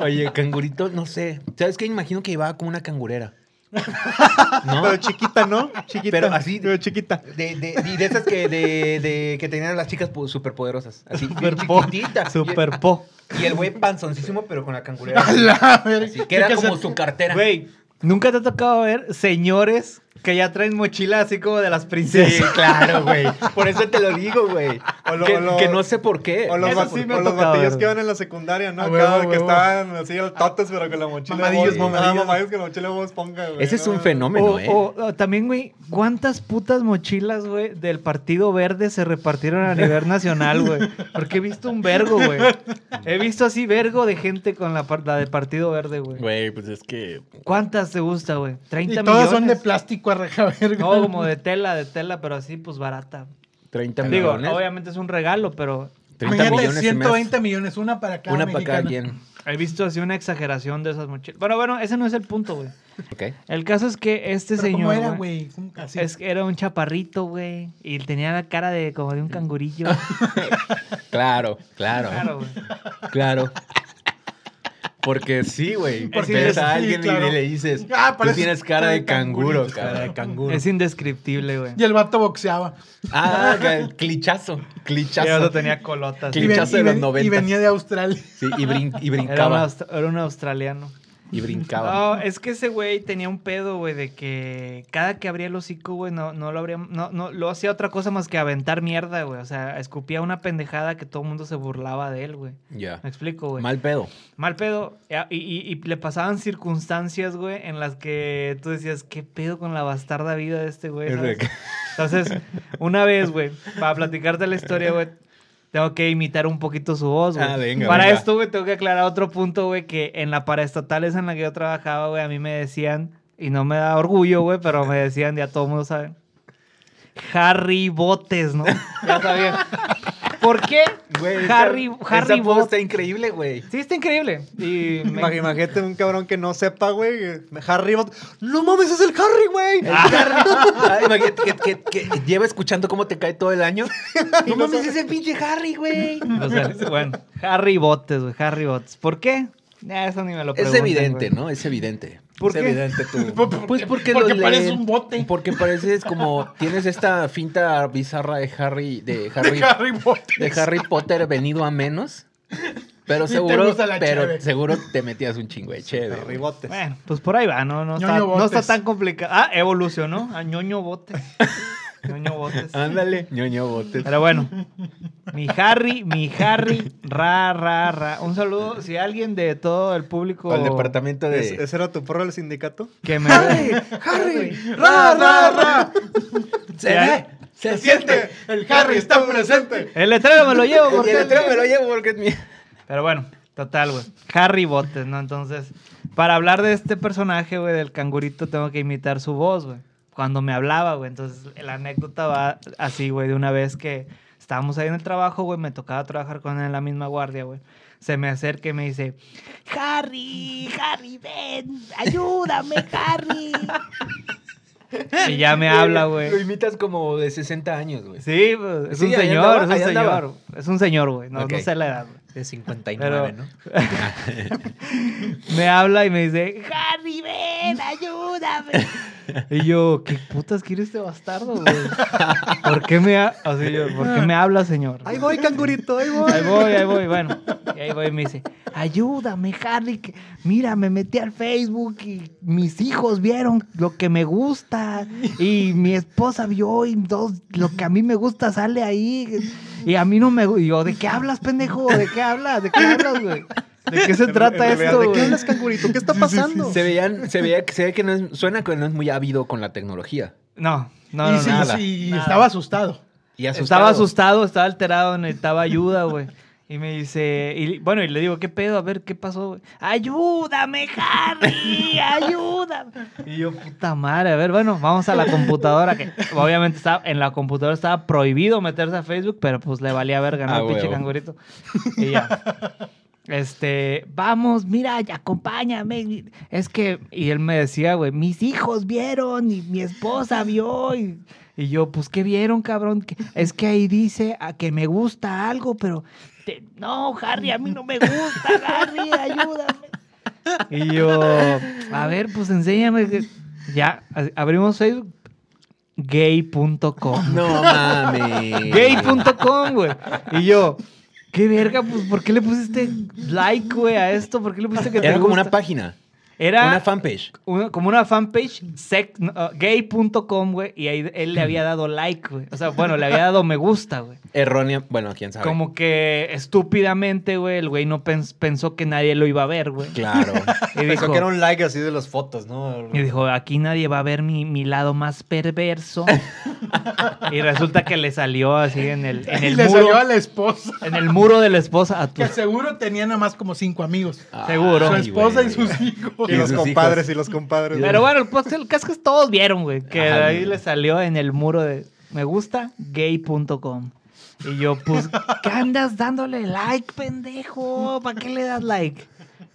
Speaker 6: Oye, cangurito, no sé. ¿Sabes qué? Imagino que llevaba como una cangurera. ¿No?
Speaker 7: Pero chiquita, ¿no? Chiquita.
Speaker 6: Pero así-
Speaker 7: Pero chiquita.
Speaker 6: De, de, y de esas que, de, de- que tenían las chicas pu- superpoderosas. Así, bien
Speaker 3: po.
Speaker 6: chiquititas.
Speaker 3: Super po.
Speaker 6: Y el güey panzoncísimo, pero con la cangurera.
Speaker 5: A la verga.
Speaker 6: Así, que era
Speaker 5: Hay que
Speaker 6: como
Speaker 5: hacer-
Speaker 6: su cartera.
Speaker 3: Güey, ¿nunca te ha tocado ver señores que ya traen mochila así como de las princesas?
Speaker 6: Sí, claro, güey. Por eso te lo digo, güey.
Speaker 7: O lo-
Speaker 6: Que,
Speaker 7: o lo-
Speaker 6: que no sé por qué.
Speaker 7: O los,
Speaker 3: Eso
Speaker 7: bat-
Speaker 3: sí me ha
Speaker 7: o los
Speaker 3: tocado,
Speaker 7: batillos
Speaker 3: güey.
Speaker 7: que iban en la secundaria, ¿no?
Speaker 5: A
Speaker 7: Acá,
Speaker 5: huevo,
Speaker 7: que
Speaker 5: huevo.
Speaker 7: estaban así al totes, pero con la mochila.
Speaker 5: Mamadillos,
Speaker 7: de Bob-
Speaker 5: mamadillos.
Speaker 7: Ah, mamadillos con la mochila de Bob Esponja, güey.
Speaker 6: Ese es
Speaker 7: No,
Speaker 6: un
Speaker 7: no, no.
Speaker 6: fenómeno,
Speaker 3: O-
Speaker 6: ¿eh?
Speaker 3: o- o también, güey, ¿cuántas putas mochilas, güey, del Partido Verde se repartieron a nivel nacional, güey? Porque he visto un vergo, güey. He visto así vergo de gente con la, par- la del Partido Verde, güey.
Speaker 6: Güey, pues es que.
Speaker 3: ¿Cuántas te gusta, güey? ¿30
Speaker 5: Y
Speaker 3: millones?
Speaker 5: todas son de plástico a rejaverga.
Speaker 3: No, como de tela, de tela, pero así, pues, barata.
Speaker 6: 30
Speaker 3: Digo,
Speaker 6: millones.
Speaker 3: obviamente es un regalo, pero
Speaker 6: 30
Speaker 5: Imagínate,
Speaker 6: millones. se me hace.
Speaker 5: 120 millones, una para cada
Speaker 6: Una para cada
Speaker 5: mexicano.
Speaker 6: quien.
Speaker 3: he visto así una exageración de esas mochilas. Bueno, bueno, ese no es el punto, güey.
Speaker 6: Ok.
Speaker 3: El caso es que este
Speaker 5: Pero
Speaker 3: señor.
Speaker 5: ¿Cómo era,
Speaker 3: güey,
Speaker 5: güey? ¿Cómo- así?
Speaker 3: Es que era un chaparrito, güey. Y tenía la cara de como de un cangurillo.
Speaker 6: Claro, claro.
Speaker 3: claro, güey.
Speaker 6: Claro. Porque sí, güey.
Speaker 3: Porque
Speaker 6: Ves
Speaker 3: sí,
Speaker 6: a alguien y-
Speaker 5: claro.
Speaker 6: y le dices,
Speaker 5: Ah,
Speaker 6: tú
Speaker 5: pareces
Speaker 6: tienes cara de canguro,
Speaker 5: cangurito,
Speaker 6: cara de canguro.
Speaker 3: Es indescriptible, güey.
Speaker 5: Y el vato boxeaba.
Speaker 6: Ah, que el clichazo, clichazo.
Speaker 3: Yo tenía colotas.
Speaker 6: Clichazo
Speaker 5: y,
Speaker 6: de los
Speaker 5: ven- y
Speaker 6: 90.
Speaker 5: venía de Australia.
Speaker 6: Sí, y, brin- y
Speaker 3: Era, un
Speaker 6: brincaba.
Speaker 3: aus- era un australiano.
Speaker 6: y brincaba.
Speaker 3: No, es que ese güey tenía un pedo, güey, de que cada que abría el hocico, güey, no, no lo abría, no, no, lo hacía otra cosa más que aventar mierda, güey. O sea, escupía una pendejada que todo el mundo se burlaba de él, güey.
Speaker 6: Ya.
Speaker 3: Me explico, güey.
Speaker 6: Mal pedo.
Speaker 3: Mal pedo. eh, Y, y- y le pasaban circunstancias, güey, en las que tú decías, ¿qué pedo con la bastarda vida de este güey?
Speaker 6: Es de
Speaker 3: sabes?
Speaker 6: que-
Speaker 3: Entonces, una vez, güey, para platicarte la historia, güey, tengo que imitar un poquito su voz, güey.
Speaker 6: Ah, venga,
Speaker 3: para
Speaker 6: venga.
Speaker 3: esto, güey, tengo que aclarar otro punto, güey, que en la paraestatal esa en la que yo trabajaba, güey, a mí me decían, y no me da orgullo, güey, pero me decían, ya todo el mundo sabe, Harry Botes, ¿no? Ya sabía. ¿Por qué?
Speaker 6: Güey, esa-
Speaker 3: Harry, Harry
Speaker 6: esa voz
Speaker 3: Botes.
Speaker 6: está increíble, güey.
Speaker 3: Sí, está increíble. Y me-
Speaker 7: Imag- Imagínate un cabrón que no sepa, güey. Harry Bot. ¡No mames, es el Harry, güey!
Speaker 6: Ah, imagínate que, que- que lleva escuchando cómo te cae todo el año. No mames, ese pinche Harry, güey.
Speaker 3: o sea, bueno, Harry Botes, güey, Harry Botes. ¿Por qué? Nah, eso ni me lo
Speaker 6: Es
Speaker 3: preguntan,
Speaker 6: evidente,
Speaker 3: güey.
Speaker 6: ¿no? Es evidente. es
Speaker 3: ¿Por qué?
Speaker 6: evidente tú.
Speaker 5: Por- por-
Speaker 6: Pues porque,
Speaker 5: porque
Speaker 6: lo
Speaker 5: parece
Speaker 6: leen,
Speaker 5: un bote.
Speaker 6: Porque pareces como tienes esta finta bizarra de Harry de Harry de Harry,
Speaker 5: Harry Potter.
Speaker 6: Potter venido a menos. Pero
Speaker 5: Y te
Speaker 6: seguro,
Speaker 5: gusta la
Speaker 6: pero
Speaker 5: cheve.
Speaker 6: seguro te metías un chingo de cheve.
Speaker 7: Harry Botes.
Speaker 3: Bueno, pues por ahí va, no, no, está,
Speaker 5: Ñoño
Speaker 3: no está
Speaker 5: Botes.
Speaker 3: tan complicado. Ah, evolucionó a ñoño botes. ñoño botes.
Speaker 6: Ándale, ñoño bote.
Speaker 3: Pero bueno, mi Harry, mi Harry, ra, ra, ra. Un saludo, si alguien de todo el público
Speaker 6: Al departamento de
Speaker 7: ¿Es- ¿Ese era tu porro del sindicato?
Speaker 3: que me...
Speaker 5: Harry, ra, ra, ra.
Speaker 6: se ve, se siente.
Speaker 5: El Harry está presente.
Speaker 3: El letrero me lo llevo
Speaker 6: Y
Speaker 3: porque...
Speaker 6: el letrero me lo llevo porque es mío.
Speaker 3: Pero bueno, total, güey. Harry Botes, ¿no? Entonces, para hablar de este personaje, güey, del cangurito, tengo que imitar su voz, güey. Cuando me hablaba, güey. Entonces, la anécdota va así, güey, de una vez que estábamos ahí en el trabajo, güey, me tocaba trabajar con él en la misma guardia, güey. Se me acerca y me dice, Harry, Harry, ven, ayúdame, Harry. y ya me habla,
Speaker 6: Lo
Speaker 3: güey.
Speaker 6: imitas como de 60 años, güey.
Speaker 3: Sí, pues, es
Speaker 6: Sí,
Speaker 3: un
Speaker 6: ahí
Speaker 3: señor,
Speaker 6: andaba,
Speaker 3: es
Speaker 6: ahí
Speaker 3: un
Speaker 6: andaba.
Speaker 3: señor. Es un señor, güey. No,
Speaker 6: Ok.
Speaker 3: no sé la edad, güey.
Speaker 6: De 59,
Speaker 3: Pero- me habla y me dice, Harry, ven, ayúdame. Y yo, ¿qué putas quiere este bastardo, güey? ¿Por qué me, ha- así yo, ¿por qué me habla, señor?
Speaker 7: Ahí voy, cangurito, ahí voy.
Speaker 3: Ahí voy, ahí voy, bueno. Y ahí voy y me dice, ayúdame, Harry, que- mira, me metí al Facebook y mis hijos vieron lo que me gusta y mi esposa vio y dos, lo que a mí me gusta sale ahí y a mí no me gusta. Yo, ¿de qué hablas, pendejo? ¿De qué hablas? ¿De qué hablas, güey? ¿De qué se
Speaker 7: En-
Speaker 3: trata
Speaker 7: en realidad,
Speaker 3: esto,
Speaker 7: ¿De qué
Speaker 3: güey?
Speaker 7: hablas, cangurito? ¿Qué está pasando?
Speaker 6: Se veían, se veía, se ve que no es, suena que no es muy ávido con la tecnología.
Speaker 3: No, no,
Speaker 5: y
Speaker 3: no,
Speaker 5: sí,
Speaker 3: no.
Speaker 6: nada,
Speaker 5: sí,
Speaker 3: nada.
Speaker 5: estaba asustado.
Speaker 6: Y asustado.
Speaker 3: Estaba asustado, estaba alterado, necesitaba ayuda, güey. Y me dice, y, bueno, y le digo, ¿qué pedo? A ver, ¿qué pasó, güey? ¡Ayúdame, Harry! ¡Ayúdame! Y yo, puta madre, a ver, bueno, vamos a la computadora. Que obviamente estaba, en la computadora estaba prohibido meterse a Facebook, pero pues le valía verga, ¿no?
Speaker 6: Ah,
Speaker 3: El pinche
Speaker 6: huevo.
Speaker 3: cangurito. Y ya. Este, vamos, mira, y acompáñame. Es que, y él me decía, güey, mis hijos vieron y mi esposa vio. Y, y yo, pues, ¿qué vieron, cabrón? Que- Es que ahí dice a que me gusta algo, pero te- no, Harry, a mí no me gusta, Harry, ayúdame. Y yo, a ver, pues enséñame. que- Ya, a- abrimos Facebook, gay.com.
Speaker 6: No mames.
Speaker 3: Gay.com, güey. Y yo, qué verga, pues, ¿por qué le pusiste like, güey, a esto? ¿Por qué le pusiste que te
Speaker 6: Era como una
Speaker 3: gusta?
Speaker 6: página.
Speaker 3: Era
Speaker 6: Una fanpage.
Speaker 3: una- como una fanpage, sec- no, uh, gay.com, güey, y ahí él le había dado like, güey. O sea, bueno, le había dado me gusta, güey.
Speaker 6: Errónea. Bueno, quién sabe.
Speaker 3: Como que estúpidamente, güey, el güey no pens- pensó que nadie lo iba a ver, güey.
Speaker 6: Claro.
Speaker 3: Y
Speaker 7: Pensó
Speaker 3: dijo,
Speaker 7: que era un like así de las fotos, ¿no?
Speaker 3: y dijo, aquí nadie va a ver mi, mi lado más perverso. y resulta que le salió así en el, en
Speaker 5: Y
Speaker 3: el
Speaker 5: le
Speaker 3: muro.
Speaker 5: salió a la esposa.
Speaker 3: En el muro de la esposa a tu
Speaker 5: Que seguro tenía nada más como cinco amigos.
Speaker 3: Seguro.
Speaker 5: Su
Speaker 6: Ay,
Speaker 5: esposa
Speaker 6: güey.
Speaker 5: y sus hijos.
Speaker 7: Y los
Speaker 6: sus
Speaker 7: compadres,
Speaker 6: hijos.
Speaker 7: y los compadres.
Speaker 3: Pero bueno, el, pues, el caso es que todos vieron, güey. Que
Speaker 6: Ajá,
Speaker 3: de ahí
Speaker 6: güey.
Speaker 3: le salió en el muro de me gusta gay.com. Y yo, pues, ¿qué andas dándole like, pendejo? ¿Para qué le das like?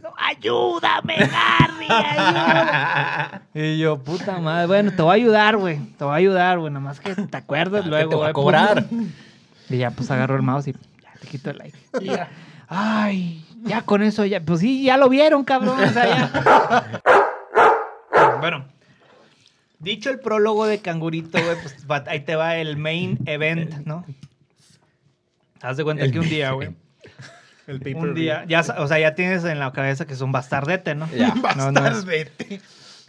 Speaker 3: No, ayúdame, Harry, ayúdame. Y yo, puta madre, bueno, te voy a ayudar, güey. Te voy a ayudar, güey. Nada más que te acuerdas
Speaker 6: Ah, que
Speaker 3: luego.
Speaker 6: te voy a
Speaker 3: güey, pum.
Speaker 6: cobrar.
Speaker 3: Y ya, pues, agarro el mouse y ya, te quito el like. Y ya, ay, ya con eso, ya, pues sí, ya lo vieron, cabrón. O sea, ya. Bueno, dicho el prólogo de Cangurito, güey, pues va- ahí te va el main event, ¿no? Haz de cuenta
Speaker 6: El
Speaker 3: que un
Speaker 6: main
Speaker 3: día, güey,
Speaker 7: El paper
Speaker 3: un día,
Speaker 7: reel.
Speaker 3: ya, sa- o sea, ya tienes en la cabeza que es un bastardete, ¿no?
Speaker 6: Ya.
Speaker 3: No, no es-
Speaker 5: Bastardete.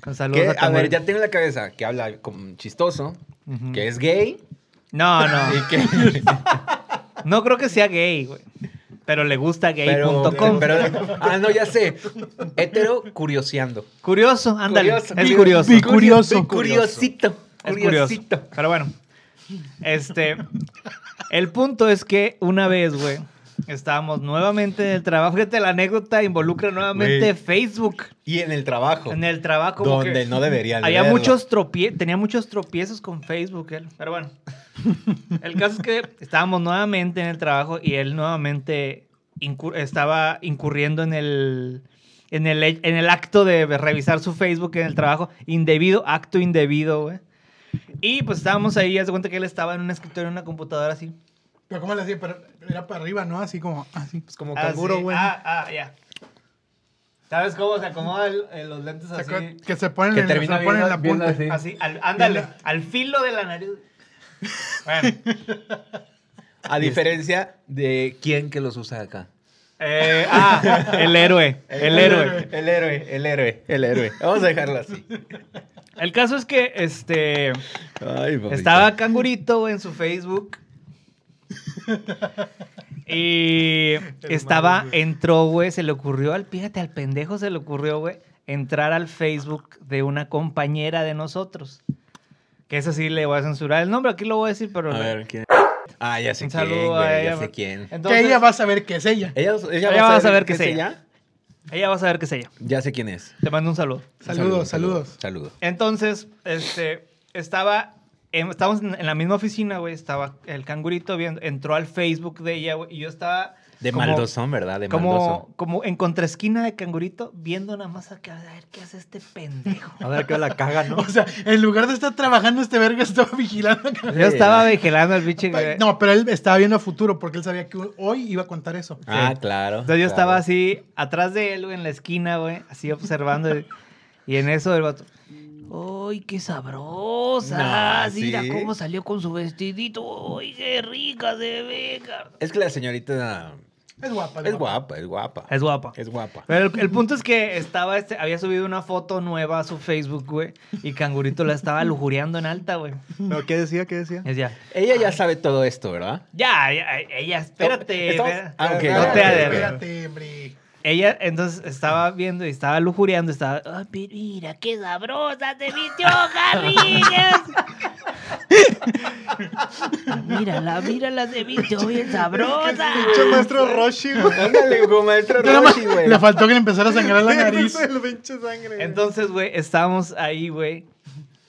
Speaker 3: con saludos
Speaker 6: Que,
Speaker 3: a
Speaker 6: a ver,
Speaker 3: Samuel.
Speaker 6: ya tiene en la cabeza que habla como chistoso,
Speaker 3: Ujú.
Speaker 6: que es gay
Speaker 3: No, no.
Speaker 6: y que...
Speaker 3: No creo que sea gay, güey. Pero le gusta
Speaker 6: Pero,
Speaker 3: gay.com.
Speaker 6: pero- ah, no, ya sé. Hetero curioseando.
Speaker 3: Curioso, ándale.
Speaker 6: Curioso,
Speaker 3: es
Speaker 6: bi-
Speaker 3: curioso.
Speaker 5: bi- curioso.
Speaker 6: Curiosito.
Speaker 3: Es curioso.
Speaker 6: Curiosito.
Speaker 3: Pero bueno. Este. El punto es que una vez, güey, estábamos nuevamente en el trabajo. Fíjate, la anécdota involucra nuevamente
Speaker 6: Güey.
Speaker 3: Facebook.
Speaker 6: Y en el trabajo.
Speaker 3: En el trabajo. como
Speaker 6: donde
Speaker 3: que
Speaker 6: no deberían.
Speaker 3: Había
Speaker 6: verlo.
Speaker 3: muchos tropie tenía muchos tropiezos con Facebook él. Pero bueno. El caso es que estábamos nuevamente en el trabajo y él nuevamente incur- estaba incurriendo en el, en, el, he- en el acto de revisar su Facebook en el trabajo. Indebido, acto indebido, güey. Y pues estábamos ahí, haz de cuenta que él estaba en un escritorio, en una computadora así.
Speaker 5: Pero ¿cómo le hacía? Pero Era para arriba, ¿no? Así como, así.
Speaker 7: Pues como
Speaker 3: Ah,
Speaker 7: canguro,
Speaker 3: sí.
Speaker 7: güey.
Speaker 3: Ah, ah, ya. ¿Sabes cómo se acomodan los lentes así?
Speaker 5: Que se ponen,
Speaker 6: Que
Speaker 5: en,
Speaker 6: termina
Speaker 5: se ponen en
Speaker 6: viendo-
Speaker 5: la
Speaker 6: viendo
Speaker 5: punta.
Speaker 6: así.
Speaker 3: Así, al- ándale, al filo de la nariz. Bueno,
Speaker 6: A diferencia de quién que los usa acá.
Speaker 3: eh, ah, el héroe, el héroe.
Speaker 6: El héroe, el héroe, el héroe. Vamos a dejarlo así.
Speaker 3: El caso es que este
Speaker 6: Ay, papito.
Speaker 3: estaba Cangurito en su Facebook y estaba entró, güey, se le ocurrió al, fíjate, al pendejo se le ocurrió, güey, entrar al Facebook de una compañera de nosotros. Que eso sí le voy a censurar el nombre, aquí lo voy a decir, pero
Speaker 6: A ver, ¿quién? Ah, ya sé
Speaker 3: un
Speaker 6: quién,
Speaker 3: saludo a
Speaker 6: güey,
Speaker 3: ella.
Speaker 6: ya sé quién.
Speaker 3: Entonces,
Speaker 5: que ella va a saber que es ella.
Speaker 6: Ella,
Speaker 3: Ella va a saber que
Speaker 6: qué
Speaker 3: es
Speaker 6: sé
Speaker 3: ella. ella va a saber qué es ella.
Speaker 6: ya. Ya sé quién es.
Speaker 3: Te mando un saludo.
Speaker 6: Saludo,
Speaker 5: Saludos,
Speaker 6: saludo,
Speaker 5: saludos.
Speaker 6: Saludo.
Speaker 3: Entonces, este, estaba, en- estábamos en, en la misma oficina, güey, estaba el cangurito viendo, entró al Facebook de ella, güey, y yo estaba...
Speaker 6: De
Speaker 3: como-
Speaker 6: maldosón, ¿verdad? De maldoso.
Speaker 3: Como, como en contraesquina de cangurito, viendo nada más acá, a ver qué hace este pendejo.
Speaker 6: A ver, que la caga, ¿no?
Speaker 5: O sea, en lugar de estar trabajando, este verga estaba vigilando. que-
Speaker 3: Yo estaba vigilando al bicho. güey.
Speaker 5: No, pero él estaba viendo a futuro porque él sabía que hoy iba a contar eso.
Speaker 6: Ah, claro.
Speaker 3: Entonces yo
Speaker 6: claro.
Speaker 3: estaba así, atrás de él, güey, en la esquina, güey, así observando. y- y en eso el vato. ¡Ay, qué sabrosas!
Speaker 6: No,
Speaker 3: Mira
Speaker 6: sí.
Speaker 3: cómo salió con su vestidito. ¡Ay, qué rica se ve! car-".
Speaker 6: Es que la señorita
Speaker 5: Es guapa.
Speaker 6: es guapa, es guapa.
Speaker 3: Es guapa.
Speaker 6: Es guapa.
Speaker 3: Pero el, el punto es que estaba este, había subido una foto nueva a su Facebook, güey. Y Cangurito la estaba lujuriando en alta, güey.
Speaker 7: No, ¿Qué decía? ¿Qué decía?
Speaker 3: Decía,
Speaker 6: Ella ya sabe todo esto, ¿verdad?
Speaker 3: ya, ya, ella, espérate.
Speaker 6: Estamos-
Speaker 3: espera".
Speaker 6: Ah, ok,
Speaker 3: No te
Speaker 6: ok,
Speaker 3: hagas.
Speaker 6: ok.
Speaker 5: Espérate, hombre.
Speaker 3: Ella entonces estaba viendo y estaba lujuriando, estaba, ah, "Ay, pero mira, qué sabrosa te vistió Garrigues. mírala, mírala, se vistió bien sabrosa.
Speaker 7: Pinche maestro Roshi, güey.
Speaker 6: Ándale, como maestro
Speaker 5: Nada más
Speaker 6: Roshi, güey.
Speaker 5: Le faltó que le empezara a sangrar la nariz.
Speaker 7: El pinche sangre. güey.
Speaker 3: Entonces, güey, estábamos ahí, güey,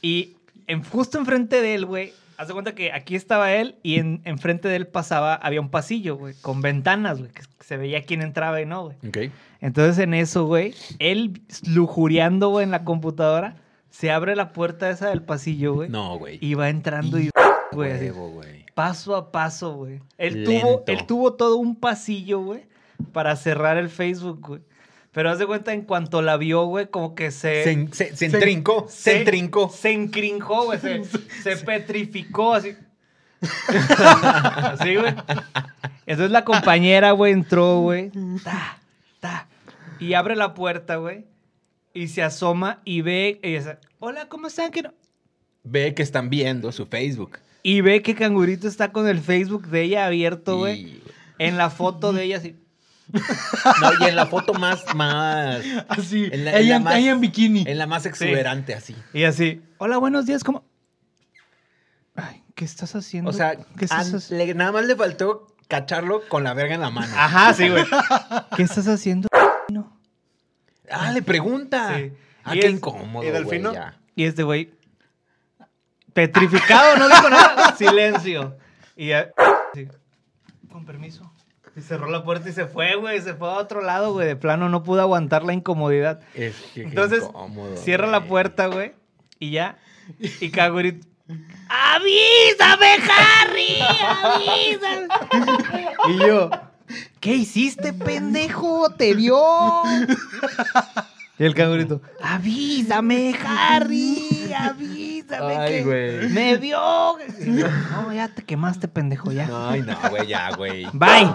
Speaker 3: y en, justo enfrente de él, güey, haz de cuenta que aquí estaba él y en, enfrente de él pasaba, había un pasillo, güey, con ventanas, güey, que se veía quién entraba y no, güey.
Speaker 6: Ok.
Speaker 3: Entonces en eso, güey, él lujuriando, güey, en la computadora, se abre la puerta esa del pasillo, güey.
Speaker 6: No, güey.
Speaker 3: Y va entrando y, güey, así,
Speaker 6: Huevo, güey.
Speaker 3: paso a paso, güey. Él
Speaker 6: Lento.
Speaker 3: tuvo, él tuvo todo un pasillo, güey, para cerrar el Facebook, güey. Pero haz de cuenta, en cuanto la vio, güey, como que Eh, se...
Speaker 6: Se, en- se, se entrincó, se, entrincó.
Speaker 3: Se encrinjó, güey. Se, se petrificó así. así, güey. Entonces la compañera, güey, entró, güey. Ta, ta. Y abre la puerta, güey. Y se asoma y ve. Y dice, Hola, ¿cómo están? ¿Qué no-?"
Speaker 6: Ve que están viendo su Facebook.
Speaker 3: Y ve que Cangurito está con el Facebook de ella abierto, güey.
Speaker 6: Y-
Speaker 3: En la foto de ella así.
Speaker 6: No, y en la foto más, más,
Speaker 5: Así.
Speaker 6: En la- en
Speaker 5: ella,
Speaker 6: la más-
Speaker 5: ella en bikini.
Speaker 6: en la más exuberante, así.
Speaker 3: Y así. Hola, buenos días. ¿Cómo? Ay, ¿qué estás haciendo?
Speaker 6: O sea,
Speaker 3: ¿qué estás
Speaker 6: an-
Speaker 3: haciendo?
Speaker 6: le- nada más le faltó cacharlo con la verga en la mano. Ah,
Speaker 3: Ajá, sí, güey. ¿Qué estás haciendo? No.
Speaker 6: Ah, le pregunta.
Speaker 3: Sí.
Speaker 6: Ah,
Speaker 3: Y
Speaker 6: qué
Speaker 3: es-
Speaker 6: incómodo,
Speaker 7: ¿Y
Speaker 6: güey,
Speaker 7: Delfino?
Speaker 6: ya.
Speaker 3: Y este güey, petrificado, no dijo nada. Silencio. Y ya, sí, con permiso. Y cerró la puerta y se fue, güey. Se fue a otro lado, güey. De plano no pudo aguantar la incomodidad.
Speaker 6: Es que qué
Speaker 3: Entonces,
Speaker 6: incómodo,
Speaker 3: cierra
Speaker 6: güey.
Speaker 3: la puerta, güey. Y ya. Y Kagurito. ¡Avísame, Harry! ¡Avísame! Y yo, ¿qué hiciste, pendejo? ¡Te vio! Y el cangurito, avísame, Harry, avísame
Speaker 6: Ay,
Speaker 3: que
Speaker 6: güey.
Speaker 3: me vio. Y yo, no, ya te quemaste, pendejo, ya.
Speaker 6: Ay, no, güey, ya, güey.
Speaker 3: Bye.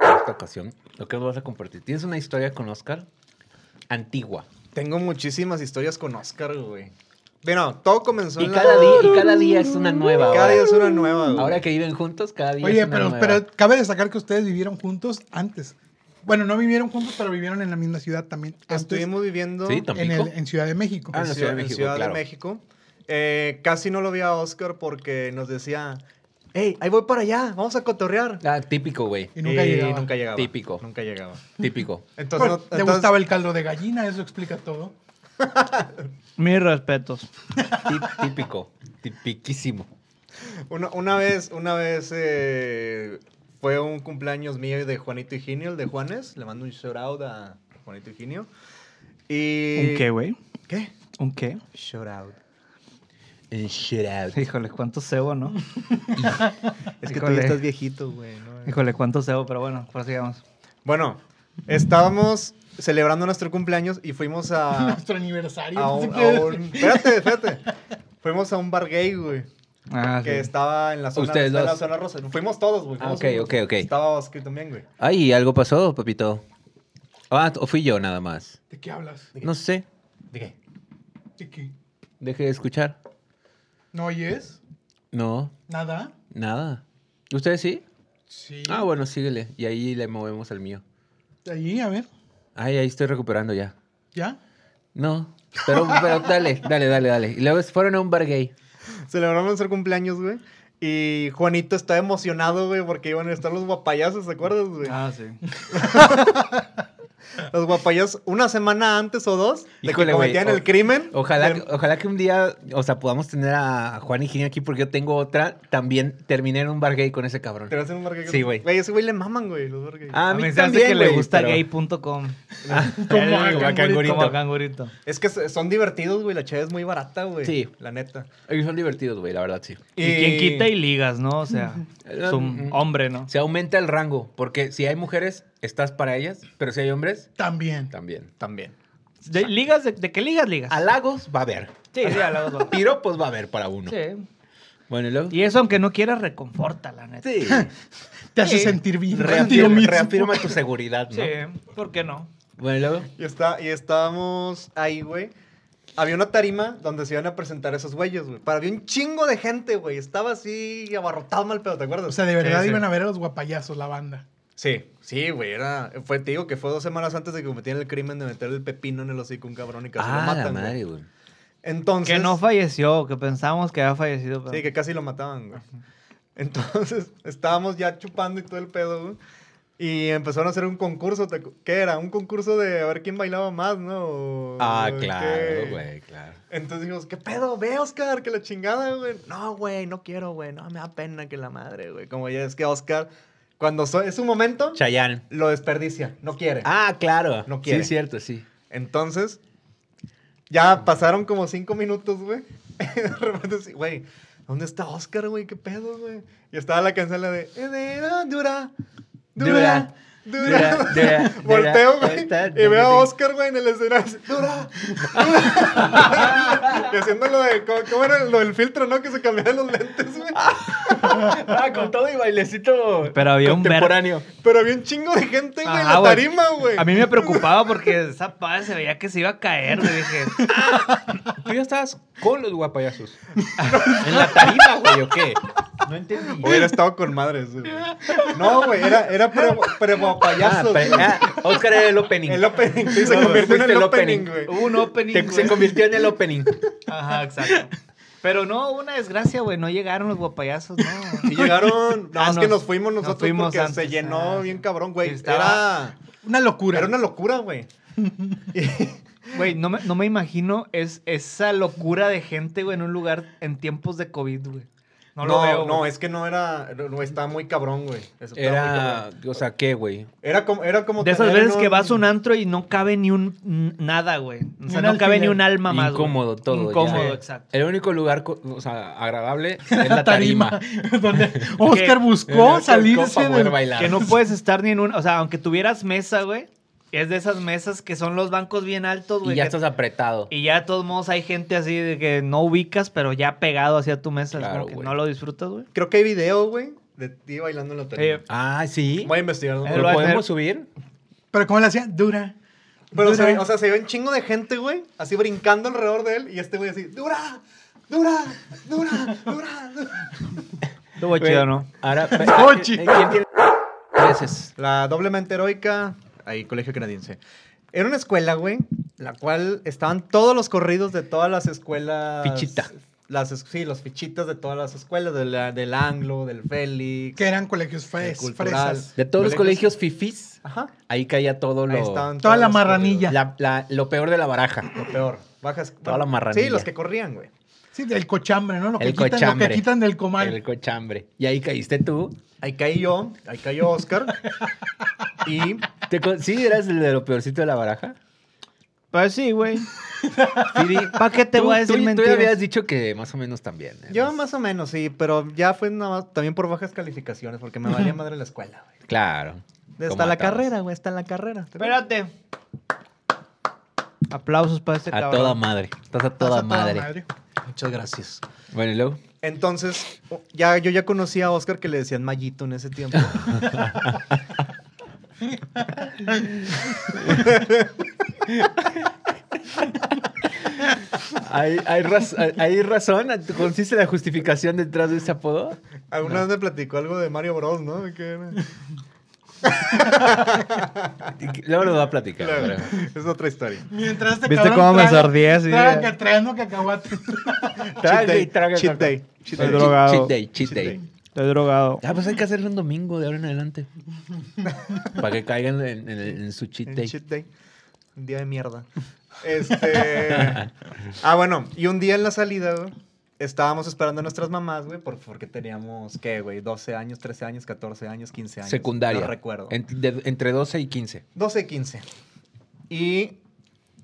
Speaker 6: Está ocasión, lo que nos vas a compartir. ¿Tienes una historia con Oscar? Antigua.
Speaker 7: Tengo muchísimas historias con Oscar, güey. Bueno, todo comenzó
Speaker 6: Y
Speaker 7: en
Speaker 6: cada,
Speaker 7: la...
Speaker 6: día, y cada día es una nueva.
Speaker 7: Cada
Speaker 6: ahora.
Speaker 7: día es una nueva, güey.
Speaker 6: Ahora que viven juntos, cada día es
Speaker 5: Oye,
Speaker 6: una
Speaker 5: pero,
Speaker 6: nueva.
Speaker 5: pero cabe destacar que ustedes vivieron juntos antes. Bueno, no vivieron juntos, pero vivieron en la misma ciudad también. Antes,
Speaker 7: Estuvimos viviendo
Speaker 6: Sí, también.
Speaker 5: en, el-
Speaker 6: Ah, ¿Tampico?
Speaker 5: en Ciudad de México.
Speaker 6: Ah,
Speaker 7: en
Speaker 6: no.
Speaker 7: Ciudad,
Speaker 6: Ciudad de
Speaker 7: en
Speaker 6: México,
Speaker 7: Ciudad de
Speaker 6: claro.
Speaker 7: México. Eh, casi no lo vi a Oscar porque nos decía, hey, ahí voy para allá, vamos a cotorrear.
Speaker 6: Ah, típico, güey.
Speaker 5: Y nunca llegaba.
Speaker 7: nunca llegaba.
Speaker 6: Eh, Típico.
Speaker 7: Nunca llegaba.
Speaker 6: Típico.
Speaker 7: Entonces,
Speaker 5: Bueno,
Speaker 7: no-
Speaker 5: le
Speaker 7: entonces-
Speaker 5: gustaba el caldo de gallina, eso explica todo.
Speaker 3: Mis respetos.
Speaker 6: Tí- Típico. Tipiquísimo.
Speaker 7: Una, una vez, una vez eh, fue un cumpleaños mío y de Juanito Higinio, el de Juanes. Le mando un shout out a Juanito Higinio. Y...
Speaker 3: ¿Un qué, güey?
Speaker 7: ¿Qué?
Speaker 3: ¿Un qué?
Speaker 7: Shout out.
Speaker 6: El shit out.
Speaker 3: Híjole, cuánto cebo, ¿no?
Speaker 7: Es que tú
Speaker 3: Híjole.
Speaker 7: ya estás viejito, güey. ¿no?
Speaker 3: Híjole, cuánto cebo, pero bueno, prosigamos.
Speaker 7: Bueno, estábamos celebrando nuestro cumpleaños y fuimos
Speaker 6: Ah.
Speaker 7: a,
Speaker 5: Nuestro aniversario.
Speaker 7: a
Speaker 5: pensé
Speaker 7: un,
Speaker 5: que-
Speaker 7: a un- Espérate, espérate. Fuimos a un bar gay, güey.
Speaker 3: Ah,
Speaker 7: Que
Speaker 3: sí.
Speaker 7: estaba en la zona,
Speaker 6: Ustedes
Speaker 7: está en la
Speaker 6: dos.
Speaker 7: zona rosa. Fuimos todos, güey.
Speaker 6: Ah,
Speaker 7: fuimos
Speaker 6: ok,
Speaker 7: todos.
Speaker 6: ok, ok.
Speaker 7: Estaba Oscar también, güey.
Speaker 6: Ay, ¿algo pasó, papito? Ah, o fui yo nada más.
Speaker 5: ¿De qué hablas?
Speaker 6: No sé.
Speaker 7: Dije,
Speaker 5: ¿De qué?
Speaker 6: Dejé de escuchar.
Speaker 5: ¿No oyes?
Speaker 6: No,
Speaker 5: ¿Nada?
Speaker 6: nada. ¿Ustedes sí?
Speaker 5: Sí.
Speaker 6: Ah, bueno, síguele. Y ahí le movemos al mío.
Speaker 5: Ahí, a ver.
Speaker 6: Ay, ahí estoy recuperando ya.
Speaker 5: ¿Ya?
Speaker 6: No. Pero, pero dale, dale, dale, dale. Y luego fueron a un bar gay.
Speaker 7: Celebramos nuestro cumpleaños, güey. Y Juanito estaba emocionado, güey, porque iban a estar los guapayazos, ¿te acuerdas, güey?
Speaker 3: Ah, sí.
Speaker 7: Los guapayazos una semana antes o dos de
Speaker 6: Híjole,
Speaker 7: que
Speaker 6: güey,
Speaker 7: cometían
Speaker 6: o-
Speaker 7: el crimen.
Speaker 6: Ojalá,
Speaker 7: Del-
Speaker 6: ojalá que un día, o sea, podamos tener a Juan y Gini aquí porque yo tengo otra. También terminé en un bar gay con ese cabrón.
Speaker 7: Te vas a hacer un barguey.
Speaker 6: Sí, güey.
Speaker 7: Güey, ese güey le maman, güey, los barguey.
Speaker 6: Ah,
Speaker 3: A mí se hace que le gusta gay.com.
Speaker 6: Como
Speaker 5: a
Speaker 6: a
Speaker 5: cangurito.
Speaker 3: Como
Speaker 6: cangurito.
Speaker 3: a cangurito.
Speaker 7: Es que se- son divertidos, güey. La chave es muy barata, güey.
Speaker 6: Sí.
Speaker 7: La neta.
Speaker 6: Y son divertidos, güey, la verdad, sí.
Speaker 3: Y... quien quita y ligas, ¿no? O sea, es un
Speaker 6: Mm.
Speaker 3: hombre, ¿no?
Speaker 6: Se aumenta el rango, porque si hay mujeres, estás para ellas, pero si hay hombres,
Speaker 5: También.
Speaker 6: también.
Speaker 7: También.
Speaker 3: De- ligas, de, de qué ligas, ligas?
Speaker 6: Halagos va a haber.
Speaker 3: Sí, sí, a la dos.
Speaker 6: Piropos va a haber para uno.
Speaker 3: Sí.
Speaker 6: Bueno, y luego.
Speaker 3: Y este, eso, aunque no quieras, reconforta, la neta.
Speaker 6: Sí.
Speaker 5: Te hace
Speaker 3: Sí.
Speaker 5: sentir bien. contigo
Speaker 6: Reafirma,
Speaker 5: mismo.
Speaker 6: reafirma tu seguridad, ¿no?
Speaker 3: Sí, ¿por qué no?
Speaker 6: Bueno, y luego.
Speaker 7: Y, está, y estábamos ahí, güey. Había una tarima donde se iban a presentar esos güeyes, güey. Pero había un chingo de gente, güey. Estaba así abarrotado mal pedo, ¿te acuerdas?
Speaker 5: O sea, de verdad iban a ver a los guapayazos, la banda.
Speaker 7: Sí, sí, güey, era... Fue, te digo que fue dos semanas antes de que cometieran el crimen de meter el pepino en el hocico a un cabrón y casi lo
Speaker 6: Ah,
Speaker 7: matan,
Speaker 6: la
Speaker 7: güey.
Speaker 6: madre, güey.
Speaker 7: Entonces...
Speaker 3: Que no falleció, que pensamos que había fallecido. Pero...
Speaker 7: Sí, que casi lo mataban, güey. Entonces, estábamos ya chupando y todo el pedo, güey. Y empezaron a hacer un concurso, ¿te acu- ¿qué era? Un concurso de a ver quién bailaba más, ¿no? O-
Speaker 6: Ah,
Speaker 7: ¿qué?
Speaker 6: claro, güey, claro.
Speaker 7: Entonces dijimos, ¿qué pedo? Ve, Oscar, que la chingada, güey. No, güey, no quiero, güey. No, me da pena que la madre, güey. Como ya es que Oscar, cuando so- es su momento,
Speaker 6: Chayanne.
Speaker 7: lo desperdicia. No quiere.
Speaker 6: Ah, claro.
Speaker 7: No quiere.
Speaker 6: Sí, cierto, sí.
Speaker 7: Entonces, ya pasaron como cinco minutos, güey. Y de repente, sí, güey, ¿dónde está Oscar, güey? ¿Qué pedo, güey? Y estaba la canción la de... "Eh, de, ah, Dura, dura, dura.
Speaker 6: Dura, dura,
Speaker 7: Volteo,
Speaker 6: dura,
Speaker 7: güey,
Speaker 6: está,
Speaker 7: y veo a
Speaker 6: dura.
Speaker 7: Oscar, güey, en el escenario. así, Dura, dura. y haciendo lo de... ¿cómo, cómo era lo del filtro, no? Que se cambiaban los lentes, güey.
Speaker 6: Ah, con todo y bailecito
Speaker 3: Pero había un ver-
Speaker 6: contemporáneo.
Speaker 7: Pero había un chingo de gente, güey, en
Speaker 3: Ajá,
Speaker 7: la
Speaker 3: güey.
Speaker 7: tarima, güey.
Speaker 3: A mí me preocupaba porque esa pava se veía que se iba a caer. güey, dije,
Speaker 6: Tú ya estabas con los guapayazos. en la tarima, güey, ¿o qué? No entendí.
Speaker 7: Hubiera estado con madres, güey. No, güey, era, era pre,
Speaker 6: Ah,
Speaker 7: payaso.
Speaker 6: pero- ah, Oscar era el opening.
Speaker 7: El opening, sí, se
Speaker 6: No,
Speaker 7: convirtió en
Speaker 6: fuiste
Speaker 7: el
Speaker 6: el
Speaker 7: opening,
Speaker 6: opening.
Speaker 7: güey.
Speaker 3: hubo un opening. Uh,
Speaker 6: Te- se
Speaker 3: güey.
Speaker 6: convirtió en el opening.
Speaker 3: Ajá, exacto. Pero no, hubo una desgracia, güey. No llegaron los guapayazos, no.
Speaker 7: Y llegaron, no,
Speaker 3: Ah,
Speaker 7: es que
Speaker 3: nos-
Speaker 7: nos fuimos
Speaker 3: nos
Speaker 7: nosotros
Speaker 3: fuimos
Speaker 7: porque se
Speaker 3: antes,
Speaker 7: llenó
Speaker 3: ah,
Speaker 7: bien cabrón, güey.
Speaker 3: sí,
Speaker 6: Ah.
Speaker 3: estaba-
Speaker 7: Era,
Speaker 5: Una locura.
Speaker 7: era una locura, güey.
Speaker 3: Güey, no me, no me imagino es, esa locura de gente, güey, en un lugar en tiempos de COVID, güey. No,
Speaker 7: No,
Speaker 3: lo veo.
Speaker 7: no,
Speaker 3: güey.
Speaker 7: es que no era, no, no, estaba muy cabrón, güey. Eso estaba muy
Speaker 6: Era,
Speaker 7: cabrón.
Speaker 6: o sea, ¿qué, güey?
Speaker 7: Era como, era como
Speaker 3: De esas
Speaker 7: tener
Speaker 3: veces
Speaker 7: un-
Speaker 3: que vas a un antro y no cabe ni un n- nada, güey. O sea,
Speaker 5: un
Speaker 3: no cabe
Speaker 5: alfiler.
Speaker 3: ni un alma más. güey.
Speaker 6: Incómodo todo.
Speaker 3: Incómodo,
Speaker 6: ya.
Speaker 3: exacto.
Speaker 6: El único lugar, co- o sea, agradable es
Speaker 5: La
Speaker 6: la tarima.
Speaker 5: donde ¿eh? Oscar buscó
Speaker 6: Oscar
Speaker 5: salirse
Speaker 6: buscó para
Speaker 5: del-
Speaker 6: poder bailar.
Speaker 3: Que no puedes estar ni en un. O sea, aunque tuvieras mesa, güey. Es de esas mesas que son los bancos bien altos,
Speaker 6: Y
Speaker 3: güey.
Speaker 6: ya
Speaker 3: que-
Speaker 6: estás apretado.
Speaker 3: Y ya de todos modos hay gente así de que no ubicas, pero ya pegado hacia tu mesa. es
Speaker 6: Claro,
Speaker 3: como que
Speaker 6: güey.
Speaker 3: no lo disfrutas, güey.
Speaker 7: Creo que hay video, güey, de ti bailando en la tele.
Speaker 6: Ah, sí.
Speaker 7: Voy a investigar. ¿no?
Speaker 3: Eh, lo-
Speaker 6: ¿Lo
Speaker 3: va a tener-
Speaker 6: podemos subir?
Speaker 5: Pero ¿cómo le hacía? Dura.
Speaker 7: Pero se
Speaker 5: dura.
Speaker 7: ve, o sea, se ve un chingo de gente, güey, así brincando alrededor de él y este güey así, dura, dura, dura, dura. dura".
Speaker 3: Estuvo chido, ¿no?
Speaker 6: Ahora.
Speaker 5: No, chido.
Speaker 6: ¿Quién tiene- Gracias.
Speaker 7: La doblemente heroica, ahí, colegio canadiense. Era una escuela, güey, la cual estaban todos los corridos de todas las escuelas.
Speaker 6: Fichita.
Speaker 7: Las, es- sí, los fichitas de todas las escuelas, de la- del Anglo, del Félix.
Speaker 5: Que eran colegios
Speaker 7: del
Speaker 5: fres-
Speaker 7: Cultural.
Speaker 5: fresas.
Speaker 6: De todos los colegios fifis,
Speaker 7: Ajá.
Speaker 6: ahí caía todo lo.
Speaker 7: Ahí estaban
Speaker 5: Toda
Speaker 7: todos
Speaker 5: la
Speaker 7: los
Speaker 5: marranilla.
Speaker 6: la- la- lo peor de la baraja.
Speaker 7: corridos. Lo peor. Bajas.
Speaker 6: Toda la marranilla.
Speaker 7: Sí, los que corrían, güey.
Speaker 5: Sí, del cochambre, ¿no? Lo que,
Speaker 6: El
Speaker 5: quitan, lo
Speaker 6: cochambre.
Speaker 5: que quitan del comal.
Speaker 6: El cochambre. Y ahí caíste tú.
Speaker 7: Ahí caí yo, ahí cayó Oscar. y
Speaker 6: ¿Te con- ¿Sí eras el de lo peorcito de la baraja?
Speaker 3: Pues sí, güey. ¿Para qué te
Speaker 6: Tú-
Speaker 3: voy a decir
Speaker 6: tú,
Speaker 3: mentiras?
Speaker 6: Tú ya habías dicho que más o menos también. ¿eh?
Speaker 7: yo más o menos, sí, pero ya fue nada más también por bajas calificaciones, porque me valía madre la escuela, güey.
Speaker 6: Claro.
Speaker 7: Está
Speaker 6: Como
Speaker 7: la
Speaker 6: a todos.
Speaker 7: carrera, güey, está la carrera.
Speaker 3: Espérate. Aplausos para este
Speaker 6: A
Speaker 3: cabrón.
Speaker 6: toda madre. Estás a toda,
Speaker 5: Pasa
Speaker 6: madre.
Speaker 7: Muchas gracias.
Speaker 6: Bueno, y luego.
Speaker 7: Entonces, ya, yo ya conocí a Oscar que le decían Mallito en ese tiempo.
Speaker 6: ¿Hay, hay, raz- hay- hay razón? ¿Consiste la justificación detrás de ese apodo?
Speaker 7: Alguna vez me platicó algo de Mario Bros, ¿no? ¿De qué era?
Speaker 6: Luego lo va a platicar.
Speaker 7: Claro,
Speaker 6: pero-
Speaker 7: es otra historia.
Speaker 5: Mientras este
Speaker 3: ¿Viste
Speaker 5: cabrón
Speaker 3: cómo me
Speaker 5: traga-
Speaker 3: sordí así?
Speaker 5: Traga, tragando cacahuate.
Speaker 6: Traga y
Speaker 7: Cheat
Speaker 6: traga.
Speaker 7: day, cheat day, cheat
Speaker 3: Estoy
Speaker 7: day.
Speaker 3: drogado.
Speaker 6: Cheat day, cheat day.
Speaker 3: Estoy drogado.
Speaker 6: Ah, pues hay que hacerlo un domingo de ahora en adelante. Para que caigan en, en el- en su cheat
Speaker 7: En
Speaker 6: day.
Speaker 7: cheat day. Un día de mierda. Este. ah, bueno. Y un día en la salida, güey, Estábamos esperando a nuestras mamás, güey, por- porque teníamos, ¿qué, güey? 12 años, 13 años, 14 años, 15 años.
Speaker 6: Secundaria.
Speaker 7: No recuerdo.
Speaker 6: Ent- de- entre 12 y 15.
Speaker 7: 12, 15. Y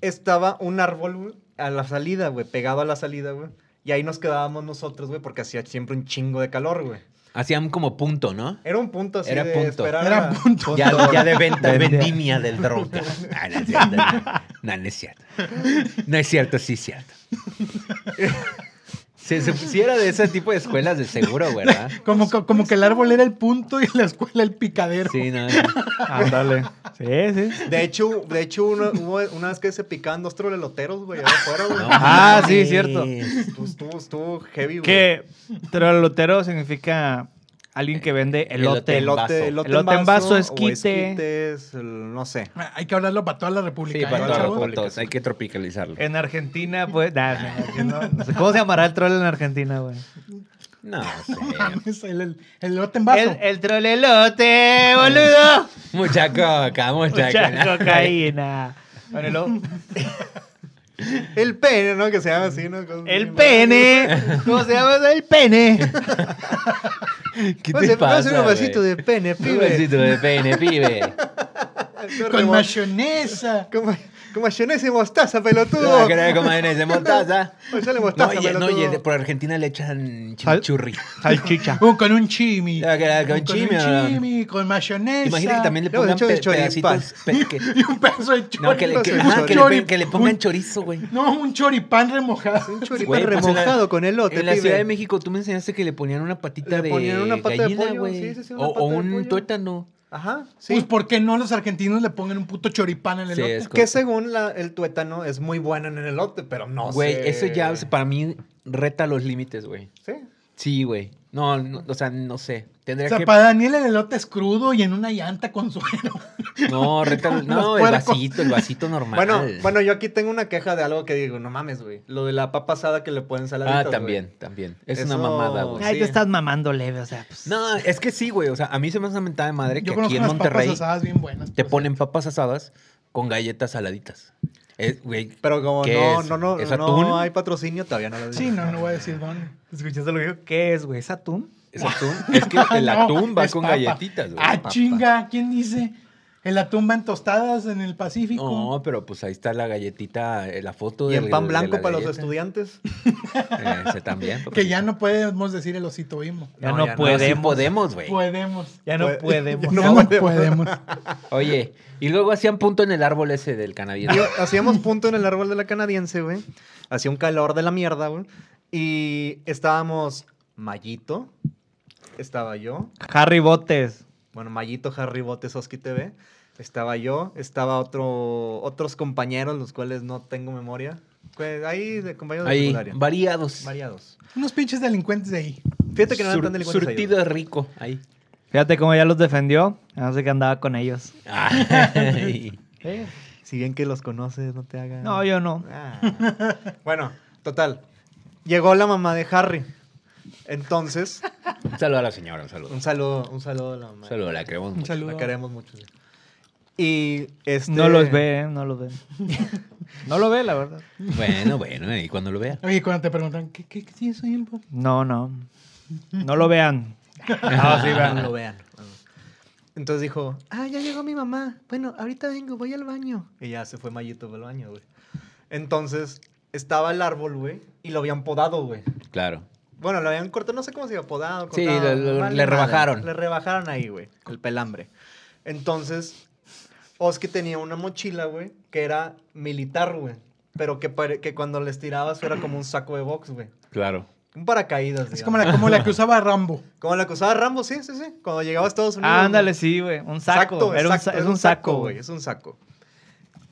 Speaker 7: estaba un árbol, güey, a la salida, güey, pegado a la salida, güey. Y ahí nos quedábamos nosotros, güey, porque hacía siempre un chingo de calor, güey.
Speaker 6: Hacían como punto, ¿no?
Speaker 7: Era un punto así
Speaker 6: Era
Speaker 7: de
Speaker 6: punto.
Speaker 7: esperar
Speaker 5: Era
Speaker 7: a-
Speaker 5: punto.
Speaker 6: Ya, ya de venta,
Speaker 3: Vendía.
Speaker 6: vendimia del droga. Ah, no, es cierto, no, no es cierto. No es cierto, sí es cierto. Si, si era de ese tipo de escuelas, de seguro, ¿verdad?
Speaker 5: Como, co- como que el árbol era el punto y la escuela el picadero.
Speaker 6: Sí, no.
Speaker 3: Ándale. Sí, sí.
Speaker 7: De hecho, de hecho una, hubo una vez que se picaban dos troleloteros, güey, allá afuera, güey.
Speaker 6: No
Speaker 3: Ah, sí,
Speaker 6: mames.
Speaker 3: cierto.
Speaker 7: Estuvo, estuvo, estuvo heavy, güey.
Speaker 3: Que trolotero significa alguien que vende elote.
Speaker 6: Elote.
Speaker 7: Elote, elote,
Speaker 3: Elote en vaso,
Speaker 7: o
Speaker 3: esquite.
Speaker 7: esquites, el- no sé.
Speaker 5: Hay que hablarlo para toda la República.
Speaker 6: Sí,
Speaker 5: ¿eh,
Speaker 6: para
Speaker 5: chavos?
Speaker 6: todos, para todos. Hay que tropicalizarlo.
Speaker 3: En Argentina, pues. nah, no, no, no sé. ¿Cómo se llamará el troll en Argentina, güey?
Speaker 6: No sé.
Speaker 5: Mames, el, el, el lote en vaso.
Speaker 3: El, el trolelote, boludo.
Speaker 6: Mucha coca, mucha,
Speaker 3: Mucha
Speaker 6: coca.
Speaker 3: cocaína. Bueno, y luego,
Speaker 7: El pene, ¿no? Que se llama así, ¿no? Cosas
Speaker 3: el
Speaker 7: bien
Speaker 3: pene. ¿Cómo se llama? El pene.
Speaker 6: ¿Qué
Speaker 7: raras. Pase-
Speaker 6: te pasa,
Speaker 7: pase un vasito
Speaker 6: güey?
Speaker 7: de pene,
Speaker 6: Un
Speaker 7: pibe.
Speaker 6: vasito de pene, pibe.
Speaker 7: Eso
Speaker 5: con
Speaker 7: remo-
Speaker 5: mayonesa.
Speaker 7: Como, como mayonesa y mostaza, pelotudo.
Speaker 6: No, que no coman ese mostaza.
Speaker 7: O sea, le
Speaker 6: No,
Speaker 7: mostaza,
Speaker 6: y,
Speaker 7: pelotudo.
Speaker 6: no, y de- por Argentina le echan chimichurri.
Speaker 3: Salchicha.
Speaker 5: Uh, con un chimi.
Speaker 6: Ah, que era con
Speaker 5: con
Speaker 6: chimi,
Speaker 5: un
Speaker 6: ¿verdad?
Speaker 5: chimi, con mayonesa.
Speaker 6: Imagínate que también le
Speaker 7: Luego le
Speaker 6: pongan
Speaker 7: echan
Speaker 6: pe-
Speaker 7: choripán.
Speaker 6: pedacitos. pe- que-
Speaker 5: Y un pedazo de chorizo.
Speaker 6: no, que le, que-
Speaker 7: Un
Speaker 6: ah, que le
Speaker 5: choripán.
Speaker 6: pe- que le pongan chorizo, güey.
Speaker 5: No, un choripán remojado.
Speaker 7: Un choripán
Speaker 6: Güey, pues, en la-
Speaker 7: remojado con elote,
Speaker 6: En la
Speaker 7: pibe.
Speaker 6: Ciudad de México tú me enseñaste que le ponían una patita
Speaker 7: Le ponían
Speaker 6: de
Speaker 7: una pata de
Speaker 6: gallina,
Speaker 7: pollo,
Speaker 6: güey.
Speaker 7: sí, sí, sí, una
Speaker 6: O o
Speaker 7: pata de
Speaker 6: un
Speaker 7: pollo.
Speaker 6: tuétano.
Speaker 7: Ajá, sí.
Speaker 5: Pues, ¿por qué no los argentinos le pongan un puto choripán en el
Speaker 6: Sí,
Speaker 5: elote?
Speaker 6: es
Speaker 7: que según la- el tuétano es muy bueno en el elote, pero no
Speaker 6: Güey,
Speaker 7: sé.
Speaker 6: eso ya o sea, para mí reta los límites, güey.
Speaker 7: Sí.
Speaker 6: Sí, güey. No, no, o sea, no sé. Tendría
Speaker 5: O sea,
Speaker 6: que
Speaker 5: para Daniel el elote es crudo y en una llanta con suero.
Speaker 6: No, reta los- no,
Speaker 5: Los
Speaker 6: el
Speaker 5: puercos.
Speaker 6: vasito, el vasito normal.
Speaker 7: Bueno, bueno, yo aquí tengo una queja de algo que digo, no mames, güey. Lo de la papa asada que le ponen saladita.
Speaker 6: Ah, también, también. Es una
Speaker 7: Eso-
Speaker 6: mamada, güey.
Speaker 3: Ay,
Speaker 7: Sí.
Speaker 3: tú estás mamando leve, o sea, pues.
Speaker 6: No, es que sí, güey. O sea, a mí se me hace una mentada de madre
Speaker 5: Yo
Speaker 6: que aquí
Speaker 5: conozco
Speaker 6: en
Speaker 5: unas papas
Speaker 6: Monterrey
Speaker 5: asadas bien buenas.
Speaker 6: te
Speaker 5: por
Speaker 6: ponen papas asadas con galletas saladitas. Es, güey,
Speaker 7: Pero como
Speaker 6: ¿Qué
Speaker 7: no,
Speaker 6: es?
Speaker 7: no, no,
Speaker 6: ¿Es atún?
Speaker 7: no hay patrocinio, todavía no lo
Speaker 5: cierto.
Speaker 7: digo.
Speaker 5: Sí, no, no voy a decir dónde.
Speaker 3: ¿Escuchaste lo que dijo? ¿Qué es, güey? ¿Es atún?
Speaker 6: es atún. Es que el
Speaker 5: No,
Speaker 6: atún va
Speaker 5: es
Speaker 6: con
Speaker 5: papa.
Speaker 6: galletitas, güey.
Speaker 5: Ah,
Speaker 6: Papa.
Speaker 5: chinga, ¿quién dice? El atún va en tostadas en el Pacífico.
Speaker 6: No, pero pues ahí está la galletita, eh, la foto
Speaker 7: Y
Speaker 6: del-
Speaker 7: en pan
Speaker 6: de
Speaker 7: blanco
Speaker 6: la
Speaker 7: para los
Speaker 6: galleta.
Speaker 7: estudiantes.
Speaker 6: Eh, Ese también.
Speaker 5: que ya no podemos decir el osito bimbo.
Speaker 3: Ya
Speaker 7: No,
Speaker 3: no,
Speaker 7: ya no,
Speaker 6: podemos. Ah,
Speaker 3: podemos.
Speaker 6: podemos, güey.
Speaker 7: Pues,
Speaker 5: Podemos.
Speaker 3: Ya no
Speaker 7: Puede-
Speaker 3: podemos.
Speaker 5: No,
Speaker 7: No
Speaker 5: podemos.
Speaker 7: podemos.
Speaker 6: Oye, y luego hacían punto en el árbol ese del canadiense.
Speaker 7: Digo, hacíamos punto en el árbol de la canadiense, güey. Hacía un calor de la mierda, güey. Y estábamos mallito, estaba yo.
Speaker 3: Harry Botes.
Speaker 7: Bueno, Mayito, Harry Botes, Oski TV. Estaba yo, estaba otro, otros compañeros, los cuales no tengo memoria. Pues ahí de compañeros de
Speaker 6: Ahí,
Speaker 7: secundaria.
Speaker 6: variados.
Speaker 7: Variados.
Speaker 5: Unos pinches delincuentes de ahí.
Speaker 7: Fíjate que no eran
Speaker 6: Sur-
Speaker 7: tan delincuentes ahí,
Speaker 6: surtido de rico. Ahí.
Speaker 3: Fíjate cómo ya los defendió. Así que andaba con ellos.
Speaker 6: Ah, Ay.
Speaker 7: güey. Si bien que los conoces, no te hagan.
Speaker 3: No, yo no.
Speaker 7: Ah. Bueno, total. Llegó la mamá de Harry. Entonces,
Speaker 6: Un saludo a la señora, un saludo.
Speaker 7: un saludo, un saludo a la mamá.
Speaker 6: Un saludo, la queremos
Speaker 5: Un
Speaker 6: mucho.
Speaker 5: saludo.
Speaker 7: La queremos mucho. sí. Y este...
Speaker 3: No los ve, ¿eh? No los ve. No lo ve, la verdad.
Speaker 6: Bueno, bueno, y cuando lo vea.
Speaker 5: Oye, cuando te preguntan, ¿qué, qué, qué tienes ahí en el bote?
Speaker 3: No, no. No lo vean. No, sí,
Speaker 7: Ah, vean,
Speaker 3: vean.
Speaker 7: lo vean. Entonces dijo, ah, ya llegó mi mamá. Bueno, ahorita vengo, voy al baño. Y ya se fue Mayito al baño, güey. Entonces, estaba el árbol, güey, y lo habían podado, güey.
Speaker 6: Claro.
Speaker 7: Bueno, lo habían cortado, no sé cómo se iba podado.
Speaker 6: Sí,
Speaker 7: cortado,
Speaker 6: lo- lo-
Speaker 7: vale
Speaker 6: le
Speaker 7: madre.
Speaker 6: rebajaron.
Speaker 7: Le rebajaron ahí, güey, el pelambre. Entonces, Oski tenía una mochila, güey, que era militar, güey. Pero que, pare- que cuando les tirabas era como un saco de box, güey.
Speaker 6: Claro.
Speaker 7: Un paracaídas,
Speaker 5: Es
Speaker 7: digamos.
Speaker 5: como la, como la que usaba Rambo.
Speaker 7: Como la que usaba Rambo, sí, sí, sí. Cuando llegaba a Estados Unidos.
Speaker 3: Ah, ándale,
Speaker 7: güey.
Speaker 3: sí, güey. Un saco.
Speaker 7: Exacto,
Speaker 3: Era un
Speaker 7: exacto,
Speaker 3: sa- es un saco,
Speaker 7: güey.
Speaker 3: güey.
Speaker 7: Es un saco.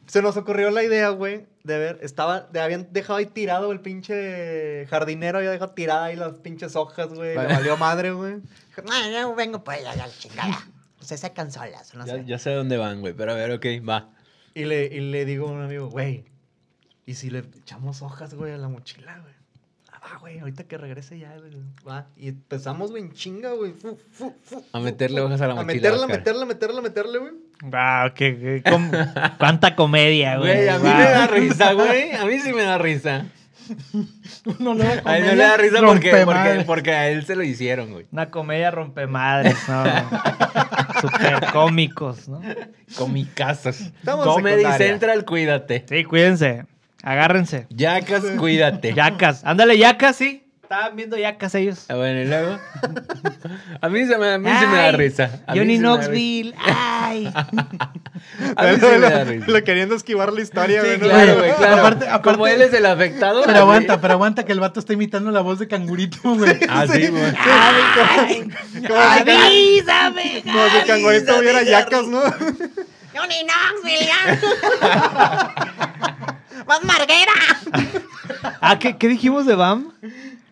Speaker 7: Se nos ocurrió la idea, güey, de ver, estaba, de, habían dejado ahí tirado el pinche jardinero, había dejado tirada ahí las pinches hojas, güey. Le
Speaker 6: Vale.
Speaker 7: valió madre, güey.
Speaker 1: No, yo vengo por allá, la chingada. Se sacan solas, no
Speaker 6: Ya,
Speaker 1: sé.
Speaker 6: ya sé dónde van, güey, pero a ver, ok, va.
Speaker 7: Y le, y le digo a un amigo, güey, ¿y si le echamos hojas, güey, a la mochila, güey? Ah, va, güey, ahorita que regrese ya, güey, va. Y empezamos, güey, en chinga, güey. fu, fu, fu,
Speaker 6: A
Speaker 7: fu,
Speaker 6: meterle
Speaker 7: fu.
Speaker 6: hojas a la
Speaker 7: A
Speaker 6: mochila,
Speaker 7: meterla,
Speaker 6: Oscar.
Speaker 7: meterla, meterla, meterla, güey.
Speaker 3: Wow, qué, qué- com- cuánta comedia, güey.
Speaker 6: Güey, a mí
Speaker 3: Guau.
Speaker 6: me da risa, güey. A mí sí me da risa.
Speaker 5: Uno le da
Speaker 6: A él no
Speaker 5: comedia,
Speaker 6: le da risa porque, porque,
Speaker 5: rompe madre.
Speaker 6: porque a él se lo hicieron, güey.
Speaker 3: Una comedia rompemadres, ¿no? Super cómicos, ¿no?
Speaker 6: Comicazos.
Speaker 7: Estamos en
Speaker 6: Comedy
Speaker 7: secundaria.
Speaker 6: Central, cuídate.
Speaker 3: Sí, cuídense. Agárrense.
Speaker 6: Yacas, cuídate.
Speaker 3: Yacas. Ándale, yacas, sí. Estaban viendo yacas ellos.
Speaker 6: Ah, Bueno, y luego. A mí se me, a mí sí me da
Speaker 3: Ay,
Speaker 6: risa. A mí
Speaker 3: Johnny
Speaker 6: sí me da
Speaker 3: Knoxville. Ay.
Speaker 6: risa. A mí sí me da risa.
Speaker 7: Lo queriendo esquivar la historia,
Speaker 6: Sí,
Speaker 7: güey. ¿no?
Speaker 6: claro, güey, claro.
Speaker 5: Aparte- aparte-
Speaker 6: Como él es el afectado.
Speaker 5: Pero
Speaker 6: así-
Speaker 5: aguanta, pero aguanta que el vato está imitando la voz de cangurito, güey.
Speaker 6: Así, Ah, güey.
Speaker 7: Como si can-
Speaker 1: ¡Avísame!
Speaker 7: como si Cangurito hubiera yacas, ¿no?
Speaker 1: ¡Johnny Knoxville! ya. ¡Más Marguera!
Speaker 3: Ah, ¿qué, qué dijimos de BAM?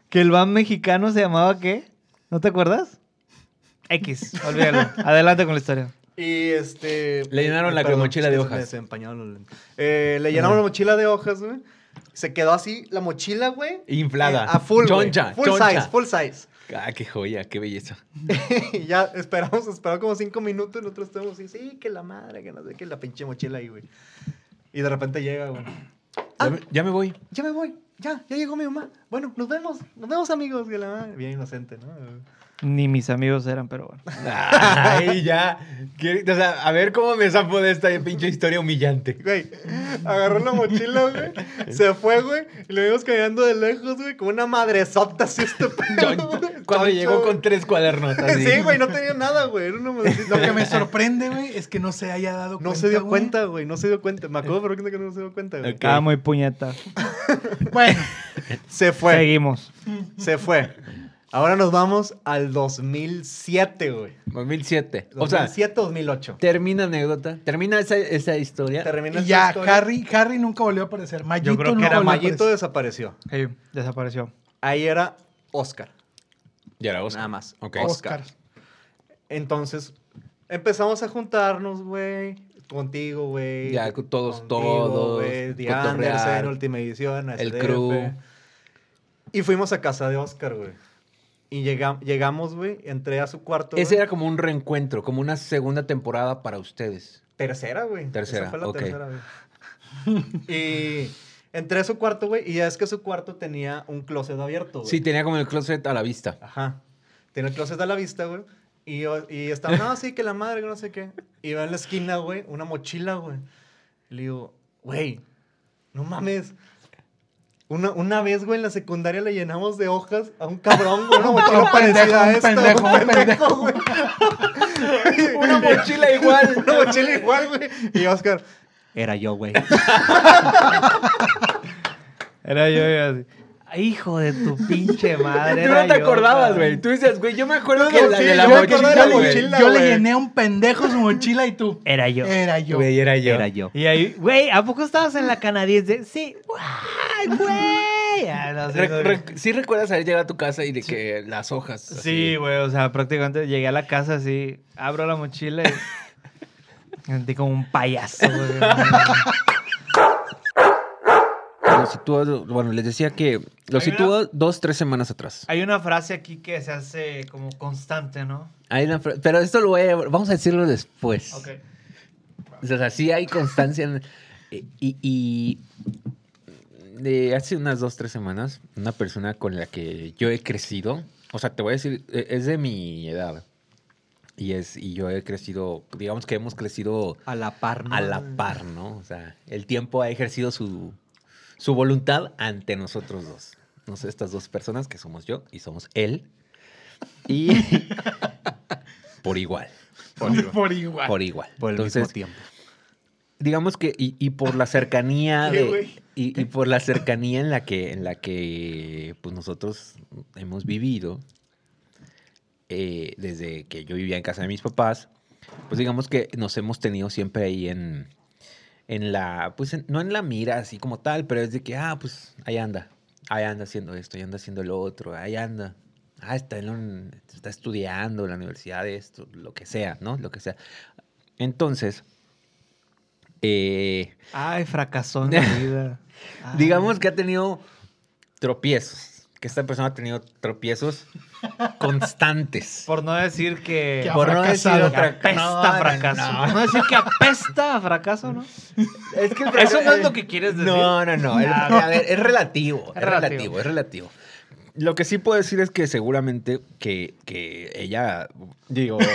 Speaker 3: Que el BAM mexicano se llamaba ¿qué? ¿No te acuerdas? X, olvídalo. Adelante con la historia.
Speaker 7: Y este.
Speaker 6: Le llenaron la mochila de
Speaker 7: es que se me
Speaker 6: hojas.
Speaker 7: desempañaron los lentes. Eh, le llenaron la mochila de hojas, güey. Se quedó así la mochila, güey.
Speaker 6: Inflada.
Speaker 7: eh, a full. güey.
Speaker 6: Choncha,
Speaker 7: Full
Speaker 6: choncha.
Speaker 7: size, full size.
Speaker 6: Ah, qué joya, qué belleza.
Speaker 7: y ya esperamos, esperamos como cinco minutos. y Nosotros estamos así, sí, que la madre, que no sé, que la pinche mochila ahí, güey. Y de repente llega, güey. Ah.
Speaker 6: Ya, me, ya me voy.
Speaker 7: ya me voy, ya, ya llegó mi mamá. Bueno, nos vemos, nos vemos amigos. que la madre. Bien inocente, ¿no?
Speaker 3: Ni mis amigos eran, pero bueno.
Speaker 6: Ay, ya. Quiere- O sea, a ver cómo me zafo de esta pinche historia humillante.
Speaker 7: Güey, agarró la mochila, güey, se fue, güey, y lo vimos caminando de lejos, güey, como una madresota así este pedo.
Speaker 6: Choncho.
Speaker 7: güey.
Speaker 6: Cuando
Speaker 7: Choncho,
Speaker 6: llegó
Speaker 7: güey.
Speaker 6: con tres cuadernos. así.
Speaker 7: Sí, güey, no tenía nada, güey, era una madresota.
Speaker 5: Lo que me sorprende, güey, es que no se haya dado cuenta.
Speaker 7: No se dio
Speaker 5: güey.
Speaker 7: cuenta, güey, no se dio cuenta. Me acuerdo perfectamente que no se dio cuenta, güey.
Speaker 6: Ok.
Speaker 3: Estaba muy puñeta.
Speaker 5: Bueno,
Speaker 7: Se
Speaker 3: Pues.
Speaker 7: fue,
Speaker 3: Seguimos.
Speaker 7: se fue. Ahora nos vamos al 2007, güey.
Speaker 6: 2007. O sea,
Speaker 7: 2007, 2008.
Speaker 6: termina anécdota. Termina esa, esa historia.
Speaker 7: Termina
Speaker 5: y
Speaker 7: esta
Speaker 5: ya,
Speaker 7: historia.
Speaker 5: Harry, Harry nunca volvió a aparecer. Mayito
Speaker 3: Yo creo que
Speaker 5: nunca
Speaker 3: era
Speaker 5: volvió a
Speaker 7: Mayito
Speaker 5: aparecer.
Speaker 7: desapareció.
Speaker 3: Sí, desapareció.
Speaker 7: Ahí era Oscar.
Speaker 6: Ya era Oscar.
Speaker 7: Nada más.
Speaker 6: Ok.
Speaker 5: Oscar.
Speaker 7: Entonces, empezamos a juntarnos, güey. Contigo, güey.
Speaker 6: Ya, con todos,
Speaker 7: Contigo,
Speaker 6: todos,
Speaker 7: güey, The
Speaker 6: cotorrear.
Speaker 7: Anderson, Última Edición,
Speaker 6: El
Speaker 7: SDF.
Speaker 6: crew.
Speaker 7: Y fuimos a casa de Oscar, güey. Y llegam- llegamos, güey. Entré a su cuarto.
Speaker 6: Ese
Speaker 7: güey.
Speaker 6: era como un reencuentro, como una segunda temporada para ustedes.
Speaker 7: Tercera, güey.
Speaker 6: Tercera,
Speaker 7: Esa fue la
Speaker 6: ok.
Speaker 7: tercera, güey. y entré a su cuarto, güey. Y ya es que su cuarto tenía un closet abierto, güey.
Speaker 6: Sí, tenía como el closet a la vista.
Speaker 7: Ajá. Tiene el closet a la vista, güey. Y, yo- y estaba, no, sí, que la madre, que no sé qué. Y va en la esquina, güey, una mochila, güey. Le digo, güey, no mames. Una, una vez, güey, en la secundaria le llenamos de hojas a un cabrón, güey, una mochila
Speaker 5: Un pendejo,
Speaker 7: parecida a
Speaker 5: un
Speaker 7: esta.
Speaker 5: pendejo,
Speaker 7: un
Speaker 5: un
Speaker 7: pendejo, güey.
Speaker 6: Una mochila igual.
Speaker 7: Una mochila igual, güey. Y Oscar, era yo, güey.
Speaker 3: Era yo, yo así. Hijo de tu pinche
Speaker 7: Ah,
Speaker 3: madre.
Speaker 6: Tú
Speaker 3: era
Speaker 6: no te
Speaker 3: yo,
Speaker 6: acordabas,
Speaker 3: cabrón.
Speaker 6: güey. Tú dices, güey, yo me acuerdo
Speaker 7: No,
Speaker 6: que
Speaker 7: no,
Speaker 6: la
Speaker 7: sí,
Speaker 6: de la
Speaker 7: yo me acuerdo de
Speaker 6: mochila,
Speaker 7: la
Speaker 6: güey.
Speaker 7: mochila.
Speaker 5: yo le
Speaker 7: güey.
Speaker 5: llené a un pendejo su mochila y tú.
Speaker 3: Era yo.
Speaker 5: Era yo.
Speaker 6: Güey, era yo.
Speaker 3: Era yo. Y ahí, güey, ¿a poco estabas en la canadiense? Sí. ¡Guay, güey! Ah, no, sí,
Speaker 6: Re-
Speaker 3: no,
Speaker 6: re- sí recuerdas haber llegado a tu casa y de que las hojas.
Speaker 3: Sí, güey, o sea, prácticamente llegué a la casa así, abro la mochila y me sentí como un payaso, güey.
Speaker 6: Lo sitúa- bueno, les decía que lo
Speaker 3: Hay una-
Speaker 6: sitúa dos, tres semanas atrás.
Speaker 3: Hay una frase aquí que se hace como constante, ¿no?
Speaker 6: Hay una fra- pero esto lo voy a- vamos a decirlo después.
Speaker 3: Ok.
Speaker 6: O sea, sí hay constancia. en- y y- y de hace unas dos, tres semanas, una persona con la que yo he crecido, o sea, te voy a decir, e- es de mi edad. Y, es, y yo he crecido, digamos que hemos crecido
Speaker 3: A la par,
Speaker 6: a la par, ¿no? O sea, el tiempo ha ejercido su, su voluntad ante nosotros dos. No sé, estas dos personas que somos yo y somos él. Y por igual,
Speaker 5: Por igual. Por igual.
Speaker 6: por igual.
Speaker 3: Por el
Speaker 6: Entonces,
Speaker 3: mismo tiempo.
Speaker 6: digamos que, y, y por la cercanía
Speaker 7: ¿Qué,
Speaker 6: de,
Speaker 7: güey?
Speaker 6: y, y por la cercanía en la que, en la que pues nosotros hemos vivido, eh, desde que yo vivía en casa de mis papás, pues digamos que nos hemos tenido siempre ahí en, en la, pues en- no en la mira así como tal, pero es de que, ah, pues ahí anda, ahí anda haciendo esto, ahí anda haciendo lo otro, ahí anda. Ah, está, en la un- está estudiando en la universidad, esto, lo que sea, ¿no? Lo que sea. Entonces, eh,
Speaker 3: Ay, fracasó en mi vida.
Speaker 6: Ah,
Speaker 3: Ay.
Speaker 6: digamos que ha tenido tropiezos, que esta persona ha tenido tropiezos constantes.
Speaker 3: Por no decir que...
Speaker 5: Que
Speaker 6: Por no decir
Speaker 5: fracasado.
Speaker 6: otra-
Speaker 3: apesta
Speaker 6: No,
Speaker 3: a
Speaker 6: no,
Speaker 3: fracaso.
Speaker 6: no.
Speaker 3: Por no decir que apesta a fracaso, ¿no?
Speaker 6: Es que
Speaker 3: Eso no es lo que quieres decir.
Speaker 6: No, no, no. el- a ver, es relativo. Es
Speaker 3: Es relativo.
Speaker 6: relativo, es relativo. Lo que sí puedo decir es que seguramente que, que ella, digo...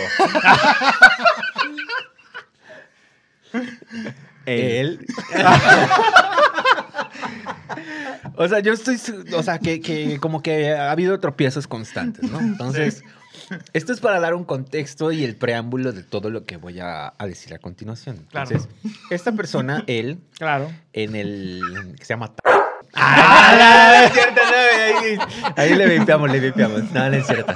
Speaker 6: Él. o sea, yo estoy... su- O sea, que, que como que ha habido tropiezos constantes, ¿no? Entonces, esto es para dar un contexto y el preámbulo de todo lo que voy a, a decir a continuación.
Speaker 3: Claro.
Speaker 6: Entonces, esta persona, él,
Speaker 3: Claro.
Speaker 6: en el que se llama Ta- Ah, no, no es cierto, no, ahí, ahí le vipeamos, le vipeamos. No, no es cierto.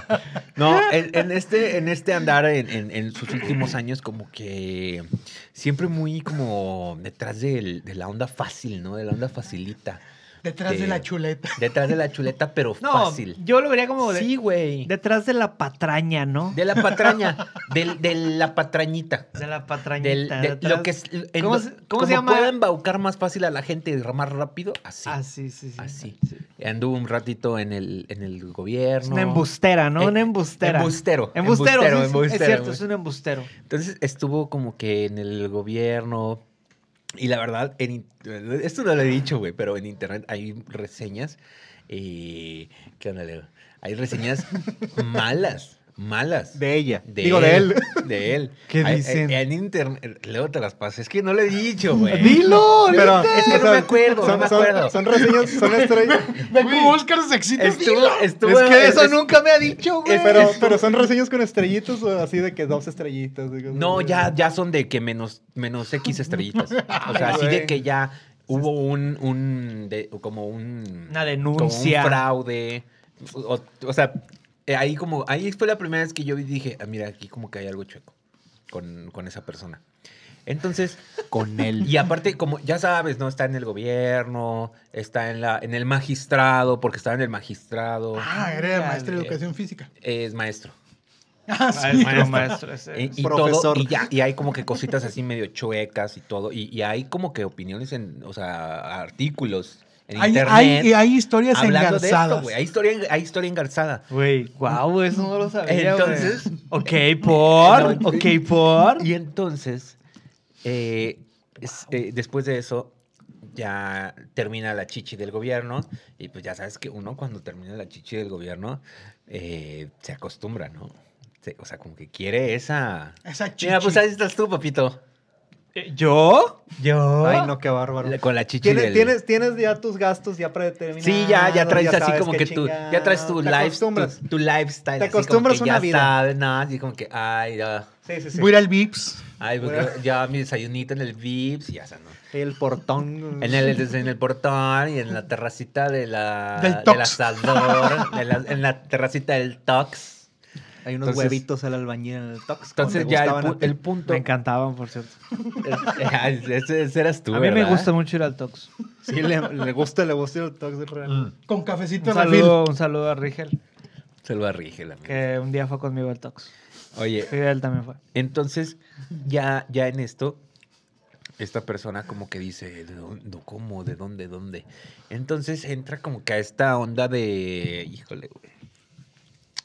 Speaker 6: No, en, en este, en este andar, en, en- en sus últimos años, como que siempre muy como detrás del- de la onda fácil, ¿no? De la onda facilita.
Speaker 5: Detrás de
Speaker 6: Eh,
Speaker 5: la chuleta.
Speaker 6: Detrás de la chuleta, pero
Speaker 3: No,
Speaker 6: fácil.
Speaker 3: yo lo vería como de-
Speaker 6: Sí, güey.
Speaker 3: detrás de la patraña, ¿no?
Speaker 6: De la patraña. del- De, la patrañita.
Speaker 3: De la patrañita.
Speaker 6: Del, de-
Speaker 3: detrás-
Speaker 6: lo que es, en
Speaker 3: ¿Cómo
Speaker 6: lo-
Speaker 3: se- cómo
Speaker 6: como
Speaker 3: se llama?
Speaker 6: pueda embaucar más fácil a la gente y más rápido, así.
Speaker 3: Ah, sí, sí, sí.
Speaker 6: Así. Anduvo un ratito en el, en el
Speaker 3: Es
Speaker 6: gobierno.
Speaker 3: una embustera, ¿no?
Speaker 6: Eh,
Speaker 3: una embustera.
Speaker 6: embustero,
Speaker 3: Embustero,
Speaker 6: embustero,
Speaker 3: sí, sí,
Speaker 6: embustero,
Speaker 3: Es cierto,
Speaker 6: embustero.
Speaker 3: es un embustero.
Speaker 6: Entonces estuvo como que en el gobierno. Y la verdad, en in- esto no lo he dicho, güey, pero en internet hay reseñas. eh, ¿Qué onda, Leo? Hay reseñas malas, malas.
Speaker 7: De ella. Digo, de él.
Speaker 6: De él.
Speaker 3: ¿Qué
Speaker 6: Hay-
Speaker 3: dicen?
Speaker 6: En internet. Leo te las paso. Es que no lo he dicho, güey.
Speaker 7: Dilo,
Speaker 6: Pero es que no me acuerdo, no me acuerdo.
Speaker 7: Son, son reseñas, son estrellas.
Speaker 5: Ve cómo Oscar se excita.
Speaker 6: Estuvo, estuvo, es-
Speaker 3: nunca me ha
Speaker 5: eh,
Speaker 3: dicho,
Speaker 6: güey.
Speaker 7: Eh, Pero, pero son reseñas con estrellitas o así de que dos estrellitas. digo,
Speaker 6: No,
Speaker 7: güey.
Speaker 6: ya, ya son de que menos, menos X estrellitas. O sea, así de
Speaker 7: güey.
Speaker 6: que ya hubo un, un de- como un...
Speaker 3: Una
Speaker 6: Como
Speaker 3: denuncia. Ah,
Speaker 6: un fraude. O, o sea, eh, ahí como, ahí fue la primera vez que yo vi y dije, "Ah, mira, aquí como que hay algo chueco con, con esa persona. Entonces,
Speaker 4: Con él.
Speaker 6: y aparte, como ya sabes, ¿no? Está en el gobierno, está en la, en el magistrado, porque estaba en el magistrado.
Speaker 5: Ah, era maestro de educación física.
Speaker 6: Es maestro.
Speaker 5: Ah, sí.
Speaker 3: Maestro, maestro. ese.
Speaker 5: Eh,
Speaker 6: Y, y
Speaker 7: Profesor.
Speaker 6: todo, y, ya- y hay como que cositas así medio chuecas y todo. Y, y hay como que opiniones en, o sea, artículos en
Speaker 5: Hay,
Speaker 6: internet.
Speaker 5: hay, hay historias
Speaker 6: hablando de esto,
Speaker 5: engarzadas.
Speaker 6: güey. Hay historia, en- hay historia engarzada.
Speaker 3: Güey, guau, eso no lo sabía. güey.
Speaker 6: Entonces- eh,
Speaker 3: Ok, por.
Speaker 6: No, eh,
Speaker 3: Ok, por.
Speaker 6: Y entonces, eh, es- eh, después de eso, ya termina la chichi del gobierno. Y pues ya sabes que uno cuando termina la chichi del gobierno, eh, se acostumbra, ¿no? Se- o sea, como que quiere esa... pues
Speaker 5: Esa chichi.
Speaker 6: Mira, pues ahí estás tú, papito.
Speaker 3: Eh, ¿Yo? ¿Yo?
Speaker 7: Ay, no, qué bárbaro.
Speaker 6: La- Con la chichi
Speaker 7: ¿Tienes,
Speaker 6: del-
Speaker 7: tienes, tienes ya tus gastos ya predeterminados.
Speaker 6: Sí, ya, ya traes así
Speaker 7: sabes
Speaker 6: como
Speaker 7: qué
Speaker 6: que tú,
Speaker 7: chingado.
Speaker 6: ya traes tu,
Speaker 7: Te
Speaker 6: life-
Speaker 7: acostumbras.
Speaker 6: tu, tu lifestyle.
Speaker 7: Te
Speaker 6: así como
Speaker 7: acostumbras
Speaker 6: que
Speaker 7: una
Speaker 6: ya
Speaker 7: vida.
Speaker 6: sabes, nada, así como que, ay, ya,
Speaker 7: Sí, sí, sí.
Speaker 5: Voy a ir al Vips.
Speaker 6: ay, pues,
Speaker 7: Bueno.
Speaker 6: ya mi desayunito en el Vips y ya, o sea, ¿no?
Speaker 7: El portón.
Speaker 6: En el, en el portón y en la terracita de la,
Speaker 5: Del
Speaker 6: del
Speaker 5: Tox.
Speaker 6: asador, de la- en la terracita del Tox.
Speaker 7: Hay unos
Speaker 6: Entonces-
Speaker 7: huevitos al albañil en el tox. como
Speaker 6: Entonces
Speaker 7: te
Speaker 6: ya el,
Speaker 7: gustaban a
Speaker 6: pu-
Speaker 7: ti.
Speaker 6: el punto...
Speaker 3: Me encantaban, por cierto.
Speaker 6: Ah, ese, ese eras tú,
Speaker 3: a mí me
Speaker 6: ¿verdad?
Speaker 3: gusta mucho ir al Tox.
Speaker 7: Sí, le, le gusta, le gusta el tox. es real.
Speaker 5: Con
Speaker 3: Un
Speaker 5: cafecito
Speaker 3: saludo, un saludo a Rigel,
Speaker 6: Se lo arrige la mía.
Speaker 3: que un día fue conmigo al Tox.
Speaker 6: Oye,
Speaker 3: Sí, él también fue.
Speaker 6: Entonces, ya, ya en esto, esta persona como que dice, ¿de dónde, ¿cómo? ¿De dónde? ¿Dónde? Entonces entra como que a esta onda de, híjole, güey,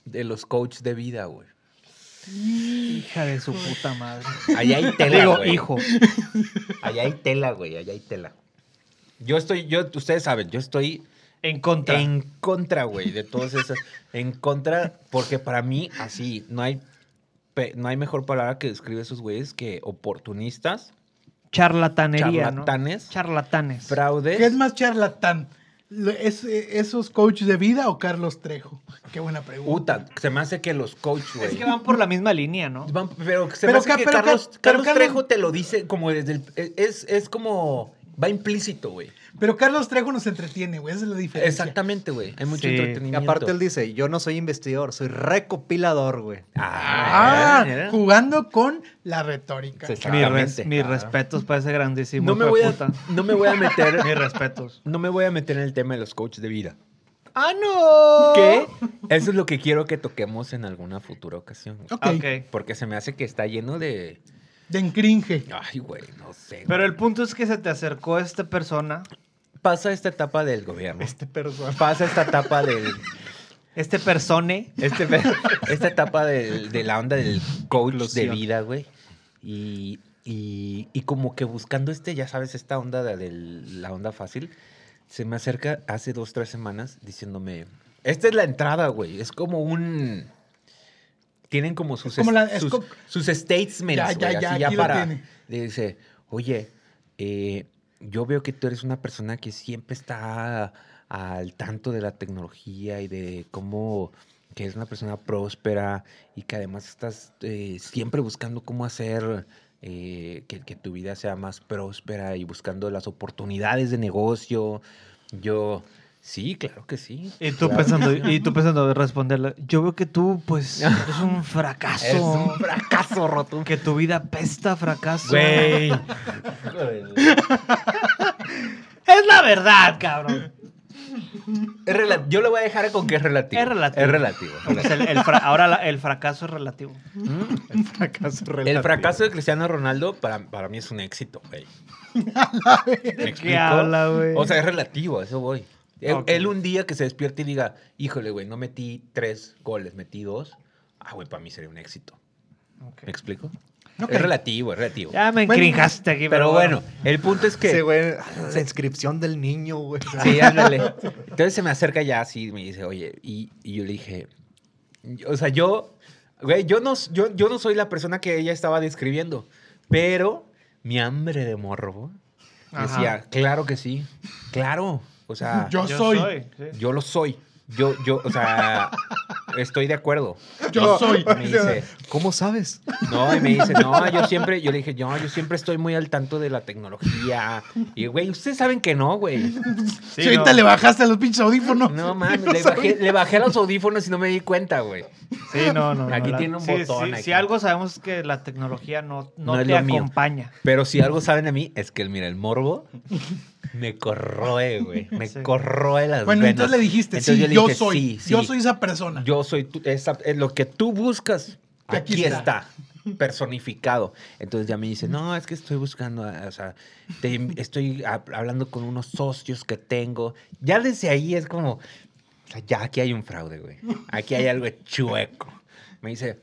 Speaker 6: de los coach de vida, güey.
Speaker 3: Hija de su puta madre.
Speaker 6: Allá hay tela,
Speaker 3: Digo,
Speaker 6: güey.
Speaker 3: hijo.
Speaker 6: Allá hay tela, güey, allá hay tela. Yo estoy, yo, ustedes saben, yo estoy
Speaker 3: En contra.
Speaker 6: en contra, güey, de todas esas. en contra, porque para mí, así, no hay, pe- no hay mejor palabra que describe esos güeyes que oportunistas,
Speaker 3: Charlatanería, ¿no?
Speaker 6: charlatanes.
Speaker 3: Charlatanes.
Speaker 6: fraudes.
Speaker 5: ¿Qué es más charlatán? Lo- ¿Es, eh, ¿Esos coaches de vida o Carlos Trejo? Qué buena pregunta.
Speaker 6: Puta, se me hace que los coach, güey.
Speaker 3: Es que van por la misma línea, ¿no?
Speaker 6: Van- pero se
Speaker 5: Pero
Speaker 6: me hace
Speaker 5: ca-
Speaker 6: que
Speaker 5: pero ca-
Speaker 6: Carlos,
Speaker 5: pero
Speaker 6: Carlos
Speaker 5: Carlos-
Speaker 6: Trejo te lo dice como desde el... Es, es como... Va implícito, güey.
Speaker 5: Pero Carlos Trejo nos entretiene, güey. Esa es la diferencia.
Speaker 6: Exactamente, güey. Hay mucho
Speaker 3: Sí.
Speaker 7: Y
Speaker 6: entretenimiento.
Speaker 7: aparte él dice, yo no soy investigador, soy recopilador, güey.
Speaker 6: Ah,
Speaker 5: Ah,
Speaker 6: mira.
Speaker 5: jugando con la retórica.
Speaker 6: Se-
Speaker 3: Mis
Speaker 6: Exactamente.
Speaker 3: res- mis
Speaker 6: Claro.
Speaker 3: respetos para ese grandísimo
Speaker 6: no, me
Speaker 3: hijo
Speaker 6: voy
Speaker 3: de
Speaker 6: a,
Speaker 3: puta.
Speaker 6: no me voy a
Speaker 3: Mis
Speaker 6: meter...
Speaker 3: respetos.
Speaker 6: No me voy a meter en el tema de los coaches de vida.
Speaker 3: ¡Ah, no!
Speaker 6: ¿Qué? Eso es lo que quiero que toquemos en alguna futura ocasión. güey.
Speaker 5: Ok.
Speaker 3: Ok.
Speaker 6: Porque se me hace que está lleno de...
Speaker 5: De encringe.
Speaker 6: Ay, güey, no sé.
Speaker 3: Pero
Speaker 6: güey.
Speaker 3: el punto es que se te acercó esta persona,
Speaker 6: Pasa esta etapa del gobierno.
Speaker 7: Este persona.
Speaker 6: Pasa esta etapa del...
Speaker 3: este persone.
Speaker 6: Este, pe- esta etapa del- de, la onda del coach de
Speaker 7: Inclusión.
Speaker 6: vida, güey. Y, y- y como que buscando este, ya sabes, esta onda de, del- la onda fácil, se me acerca hace dos, tres semanas diciéndome, esta es la entrada, güey. Es como un... Tienen como sus,
Speaker 5: Es como la-
Speaker 6: es-
Speaker 5: es
Speaker 6: sus,
Speaker 5: co-
Speaker 6: sus statements,
Speaker 5: Ya,
Speaker 6: güey,
Speaker 5: ya, ya,
Speaker 6: así
Speaker 5: aquí lo
Speaker 6: para...
Speaker 5: tiene.
Speaker 6: Le dice, oye, eh, yo veo que tú eres una persona que siempre está al tanto de la tecnología y de cómo que es una persona próspera y que además estás eh, siempre buscando cómo hacer eh, que, que tu vida sea más próspera y buscando las oportunidades de negocio. Yo, sí, claro que sí.
Speaker 3: Y tú
Speaker 6: Claro.
Speaker 3: pensando, y tú pensando de responderle. Yo veo que tú, pues, eres un fracaso.
Speaker 6: Es un fracaso rotundo.
Speaker 3: Que tu vida pesta fracaso.
Speaker 6: Güey.
Speaker 3: Es la verdad, cabrón.
Speaker 6: Es rela- Yo lo voy a dejar con que es relativo.
Speaker 3: Es relativo.
Speaker 6: Es relativo.
Speaker 3: Pues el- el fra- ahora la- el fracaso es relativo.
Speaker 7: El fracaso relativo.
Speaker 6: El fracaso de Cristiano Ronaldo para, para mí es un éxito, güey. ¿Me explico?
Speaker 3: habla, güey?
Speaker 6: O sea, es relativo, a eso voy. Él,
Speaker 3: Ok.
Speaker 6: él un día que se despierte y diga, híjole, güey, no metí tres goles, metí dos. Ah, güey, para mí sería un éxito.
Speaker 3: Ok.
Speaker 6: ¿Me explico?
Speaker 5: Ok.
Speaker 6: Es relativo, es relativo.
Speaker 3: Ya me encringaste aquí,
Speaker 6: Pero, bueno, el punto es que...
Speaker 7: Sí, güey. La inscripción del niño, güey.
Speaker 6: Sí, ándale. Entonces se me acerca ya así y me dice, oye, y, y yo le dije, o sea, yo, güey, yo no, yo, yo no soy la persona que ella estaba describiendo, pero mi hambre de morbo
Speaker 3: Ajá.
Speaker 6: decía, claro que sí, claro, o sea, yo,
Speaker 5: Yo, soy.
Speaker 3: sí.
Speaker 6: lo soy, yo, yo, o sea, estoy de acuerdo.
Speaker 5: Yo soy.
Speaker 6: Me dice,
Speaker 7: ¿Cómo sabes?
Speaker 6: no, y me dice, no, yo siempre, yo le dije, no, yo siempre estoy muy al tanto de la tecnología. Y, güey, ustedes saben que no, güey.
Speaker 5: si ahorita
Speaker 3: no.
Speaker 5: le bajaste a los pinches audífonos.
Speaker 6: No mames,
Speaker 5: No
Speaker 6: le,
Speaker 5: sabía.
Speaker 6: bajé, le bajé los audífonos y no me di cuenta, güey.
Speaker 3: Sí, no, no. no,
Speaker 6: Aquí tiene un
Speaker 3: sí,
Speaker 6: botón
Speaker 3: sí,
Speaker 6: aquí.
Speaker 3: Si algo sabemos es que la tecnología no, no,
Speaker 6: No es
Speaker 3: te
Speaker 6: lo mío.
Speaker 3: acompaña.
Speaker 6: Pero si algo saben de mí es que, mira, el morbo me corroe, güey. Me
Speaker 3: Sí.
Speaker 6: corroe las
Speaker 5: Bueno,
Speaker 6: venas.
Speaker 5: entonces le dijiste,
Speaker 6: Entonces
Speaker 5: sí, yo,
Speaker 6: le dije,
Speaker 5: soy.
Speaker 6: sí, sí,
Speaker 5: Yo soy esa persona.
Speaker 6: Yo soy tú- esa- es lo que tú buscas.
Speaker 5: Que
Speaker 6: Aquí,
Speaker 5: aquí
Speaker 6: está. personificado. Entonces ya me dice, no, es que estoy buscando, ah, o sea, te in- estoy hab- hablando con unos socios que tengo. Ya desde ahí es como, o sea, ya aquí hay un fraude, güey. Aquí hay algo chueco. Me dice,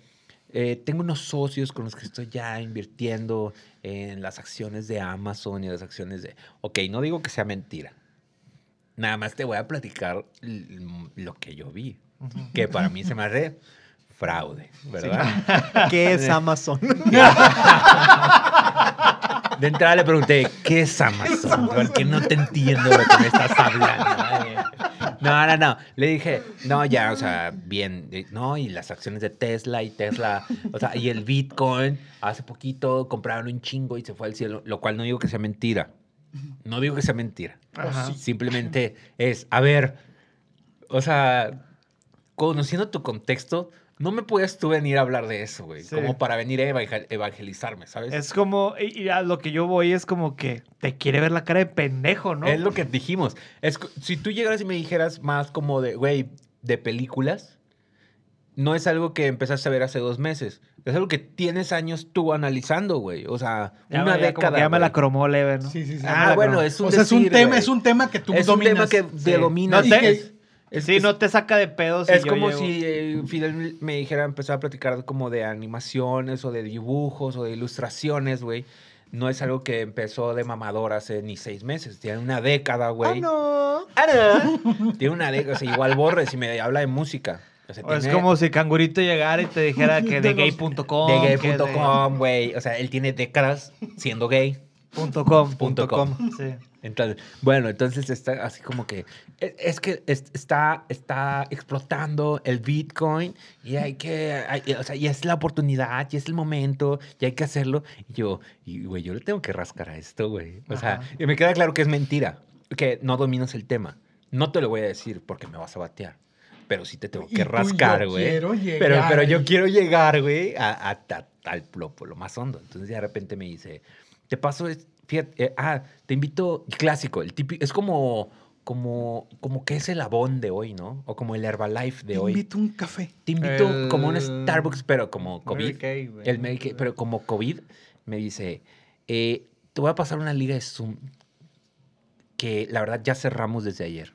Speaker 6: eh, tengo unos socios con los que estoy ya invirtiendo en las acciones de Amazon y las acciones de... Ok, no digo que sea mentira. Nada más te voy a platicar l- lo que yo vi, que para mí se me hace fraude, ¿verdad?
Speaker 7: ¿Qué es Amazon?
Speaker 6: De entrada le pregunté, ¿qué es Amazon? Porque no te entiendo lo que me estás hablando. No, no, no. Le dije, no, ya, o sea, bien, eh, no, y las acciones de Tesla y Tesla, o sea, y el Bitcoin, hace poquito compraron un chingo y se fue al cielo, lo cual no digo que sea mentira. No digo que sea mentira. Simplemente es, a ver, o sea, conociendo tu contexto, no me podías tú venir a hablar de eso, güey.
Speaker 3: Sí.
Speaker 6: Como para venir a evangel- evangelizarme, ¿sabes?
Speaker 3: Es como, y y a lo que yo voy es como que te quiere ver la cara de pendejo, ¿no?
Speaker 6: Es lo que dijimos. Es, cu- si tú llegaras y me dijeras más como de, güey, de películas, no es algo que empezaste a ver hace dos meses. Es algo que tienes años tú analizando, güey. O sea,
Speaker 3: Ya
Speaker 6: una
Speaker 3: me- ya como
Speaker 6: década.
Speaker 3: que ya me la
Speaker 6: güey.
Speaker 3: cromó leve, ¿no?
Speaker 5: Sí, sí, sí.
Speaker 6: Ah, bueno, es un
Speaker 5: o sea, es un
Speaker 6: decir,
Speaker 5: tema,
Speaker 6: güey.
Speaker 5: es un tema que tú
Speaker 6: es un tema
Speaker 5: dominas.
Speaker 6: que
Speaker 3: Sí.
Speaker 6: te dominas.
Speaker 5: No te-
Speaker 6: Es- es-
Speaker 3: sí,
Speaker 6: es-
Speaker 3: no te saca de pedos. y
Speaker 6: es
Speaker 3: Pues yo
Speaker 6: como
Speaker 3: llego-
Speaker 6: si eh, Fidel me dijera empezar a platicar como de animaciones o de dibujos o de ilustraciones, güey. No es algo que empezó de mamador hace ni seis meses. Tiene una década, güey. Ah,
Speaker 1: no.
Speaker 6: Tiene una década. O sea, igual borres y me habla de música. O sea,
Speaker 3: O es
Speaker 6: tiene
Speaker 3: como si Cangurito llegara y te dijera que de
Speaker 5: De los-
Speaker 3: gay.com.
Speaker 6: de
Speaker 3: que de-
Speaker 6: gay.com, güey. O sea, él tiene décadas siendo gay.
Speaker 3: punto com.
Speaker 6: Punto com.
Speaker 3: Sí.
Speaker 6: Entonces, bueno, entonces está así como que es, es que es- está, está explotando el Bitcoin y hay que, hay- o sea, y es la oportunidad y es el momento y hay que hacerlo. Y yo, y, güey, yo le tengo que rascar a esto, güey. O sea,
Speaker 3: Ajá.
Speaker 6: y me queda claro que es mentira, que no dominas el tema. No te lo voy a decir porque me vas a batear. Pero sí te tengo
Speaker 5: Y
Speaker 6: que
Speaker 5: tú, yo
Speaker 6: rascar, güey.
Speaker 5: quiero llegar.
Speaker 6: Pero, pero yo quiero llegar, güey, a, a, ta- tal plopo, lo más hondo. Entonces de repente me dice, te paso, es- fíjate, eh, ah, te invito el clásico, el típico, es como, como, como que es el abón de hoy, ¿no? O como el Herbalife de
Speaker 5: Te
Speaker 6: hoy.
Speaker 5: invito a un café.
Speaker 6: Te invito
Speaker 7: El-
Speaker 6: como un Starbucks, pero como COVID.
Speaker 7: Mary Kay, güey.
Speaker 6: el Mary Kay, pero como COVID, me dice, eh, te voy a pasar una liga de Zoom que la verdad ya cerramos desde ayer.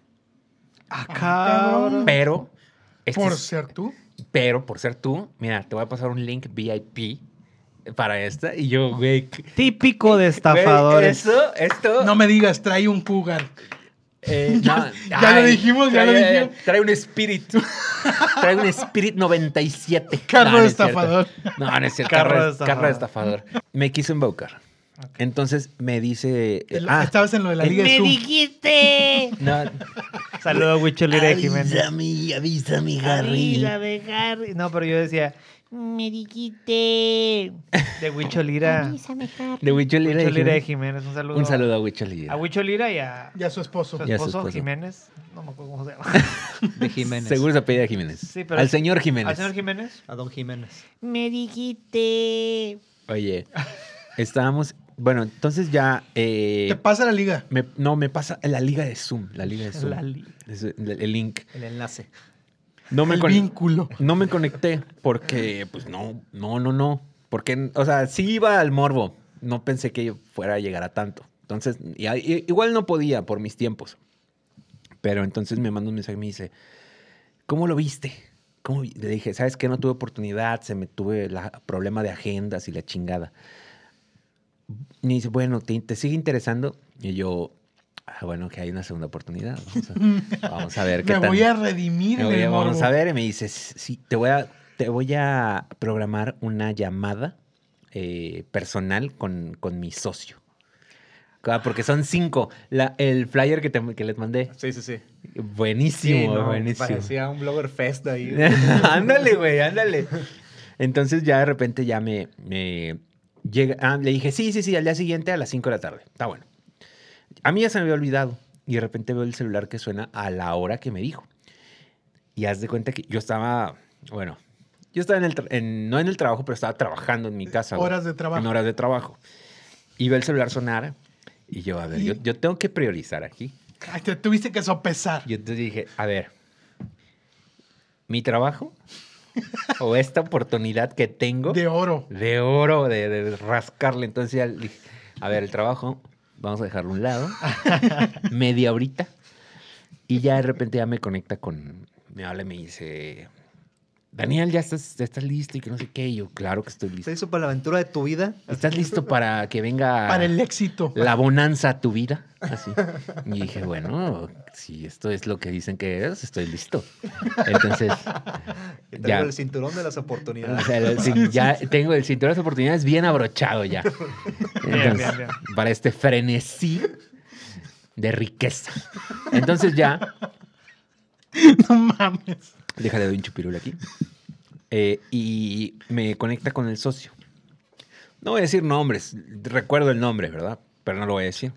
Speaker 6: ah,
Speaker 5: cabrón.
Speaker 3: Acá.
Speaker 6: Pero... este
Speaker 5: Por
Speaker 6: es-
Speaker 5: ser tú.
Speaker 6: pero por ser tú, mira, te voy a pasar un link VIP para esta. Y yo, güey. c-
Speaker 3: Típico de
Speaker 6: güey,
Speaker 3: estafadores.
Speaker 6: Eso, esto.
Speaker 5: No me digas, trae un cougar.
Speaker 6: eh, no,
Speaker 5: ya lo dijimos, ya lo dijimos.
Speaker 6: Trae un Spirit. trae un Spirit 97.
Speaker 5: Carro
Speaker 6: No, no
Speaker 5: de
Speaker 6: es cierto.
Speaker 5: estafador.
Speaker 6: No, no es cierto.
Speaker 3: Carro
Speaker 6: Carro,
Speaker 3: de
Speaker 6: de- carro de estafador. Me quiso embaucar. Entonces me dice. eh,
Speaker 5: El-
Speaker 6: ah,
Speaker 5: Estabas en lo de la Liga de
Speaker 3: ¡Me
Speaker 5: Zoom.
Speaker 3: dijiste!
Speaker 6: no.
Speaker 3: Saludos a Huicholire Jiménez.
Speaker 6: Avísame, avísame, Harry.
Speaker 3: Avísame, Harry. No, pero yo decía, me dijiste. De Huicholira.
Speaker 6: De Huicholira de
Speaker 3: Huicholire
Speaker 6: Jiménez.
Speaker 3: Jiménez, un saludo.
Speaker 6: Un saludo a Huicholira.
Speaker 3: A Huicholira y a
Speaker 5: Y a su esposo.
Speaker 3: su
Speaker 6: Y a su
Speaker 3: esposo
Speaker 6: esposo.
Speaker 3: Jiménez. No me acuerdo cómo se llama.
Speaker 7: De Jiménez.
Speaker 6: Seguro se apellida Jiménez.
Speaker 3: Sí, pero-
Speaker 6: Al señor Jiménez.
Speaker 3: ¿Al señor Jiménez?
Speaker 7: A don Jiménez.
Speaker 1: Me dijiste.
Speaker 6: Oye, estábamos. Bueno, entonces ya. eh,
Speaker 5: Te pasa la liga.
Speaker 6: me- no, me pasa la liga de Zoom. La liga de Zoom.
Speaker 3: La li-
Speaker 6: Es el, el link.
Speaker 7: El enlace.
Speaker 6: No me,
Speaker 5: El
Speaker 6: con-
Speaker 5: vínculo.
Speaker 6: no me conecté porque, pues no, no, no, no. Porque, o sea, sí iba al morbo. No pensé que fuera a llegar a tanto. Entonces, y ahí- i- igual no podía por mis tiempos. Pero entonces me manda un mensaje y me dice, ¿cómo lo viste? ¿Cómo vi-?" Le dije, ¿sabes qué? No tuve oportunidad, se me tuve la problema de agendas y la chingada. Y me dice, bueno, ¿te, te sigue interesando? Y yo, "Ah, bueno, que hay una segunda oportunidad. Vamos a, vamos a ver qué
Speaker 5: Me
Speaker 6: tal".
Speaker 5: voy a redimir
Speaker 6: Me
Speaker 5: en
Speaker 6: voy
Speaker 5: el
Speaker 6: a-
Speaker 5: morbo.
Speaker 6: vamos a ver, y me dices, sí, te voy a, te voy a programar una llamada eh, personal con, con mi socio. Ah, Porque son cinco. La- el flyer que, te- que les mandé.
Speaker 7: Sí, sí, sí.
Speaker 6: Buenísimo,
Speaker 7: no,
Speaker 6: buenísimo. Eh.
Speaker 7: Parecía un blogger fest ahí.
Speaker 6: ándale, güey, ándale. Entonces ya de repente ya me, me llega, ah, le dije, sí, sí, sí, al día siguiente a las 5 de la tarde. Está bueno. A mí ya se me había olvidado y de repente veo el celular que suena a la hora que me dijo. Y haz de cuenta que yo estaba, bueno, yo estaba en el, tra- en- no en el trabajo, pero estaba trabajando en mi casa. güey,
Speaker 5: Horas de trabajo.
Speaker 6: En horas de trabajo. Y veo el celular sonar y yo, a ver, yo, yo tengo que priorizar aquí.
Speaker 5: Ay, te tuviste que sopesar.
Speaker 6: Yo te dije, a ver, mi trabajo o esta oportunidad que tengo
Speaker 5: De
Speaker 6: de,
Speaker 5: oro.
Speaker 6: oro, de, de rascarle. Entonces ya le dije, a ver, el trabajo, vamos a dejarlo a un lado, media horita. Y ya de repente ya me conecta con, me habla y me dice, Daniel, ya estás, ya estás listo y que no sé qué. Y yo, claro que estoy listo.
Speaker 7: ¿Te hizo para la aventura de tu vida?
Speaker 6: ¿Estás listo para que venga
Speaker 5: Para el éxito.
Speaker 6: Ah. la bonanza a tu vida. Así. Y dije, bueno, si esto es lo que dicen que es, estoy listo. Entonces,
Speaker 7: Que
Speaker 6: Ya.
Speaker 7: traigo el cinturón de las
Speaker 6: o
Speaker 7: oportunidades.
Speaker 6: sea, el- sí, ya tengo el cinturón de las oportunidades bien abrochado ya. Entonces,
Speaker 3: bien, bien.
Speaker 6: Para este frenesí de riqueza. Entonces ya,
Speaker 5: No mames.
Speaker 6: déjale doy un chupirul aquí. Eh, y me conecta con el socio. No voy a decir nombres, recuerdo el nombre, ¿verdad? Pero no lo voy a decir.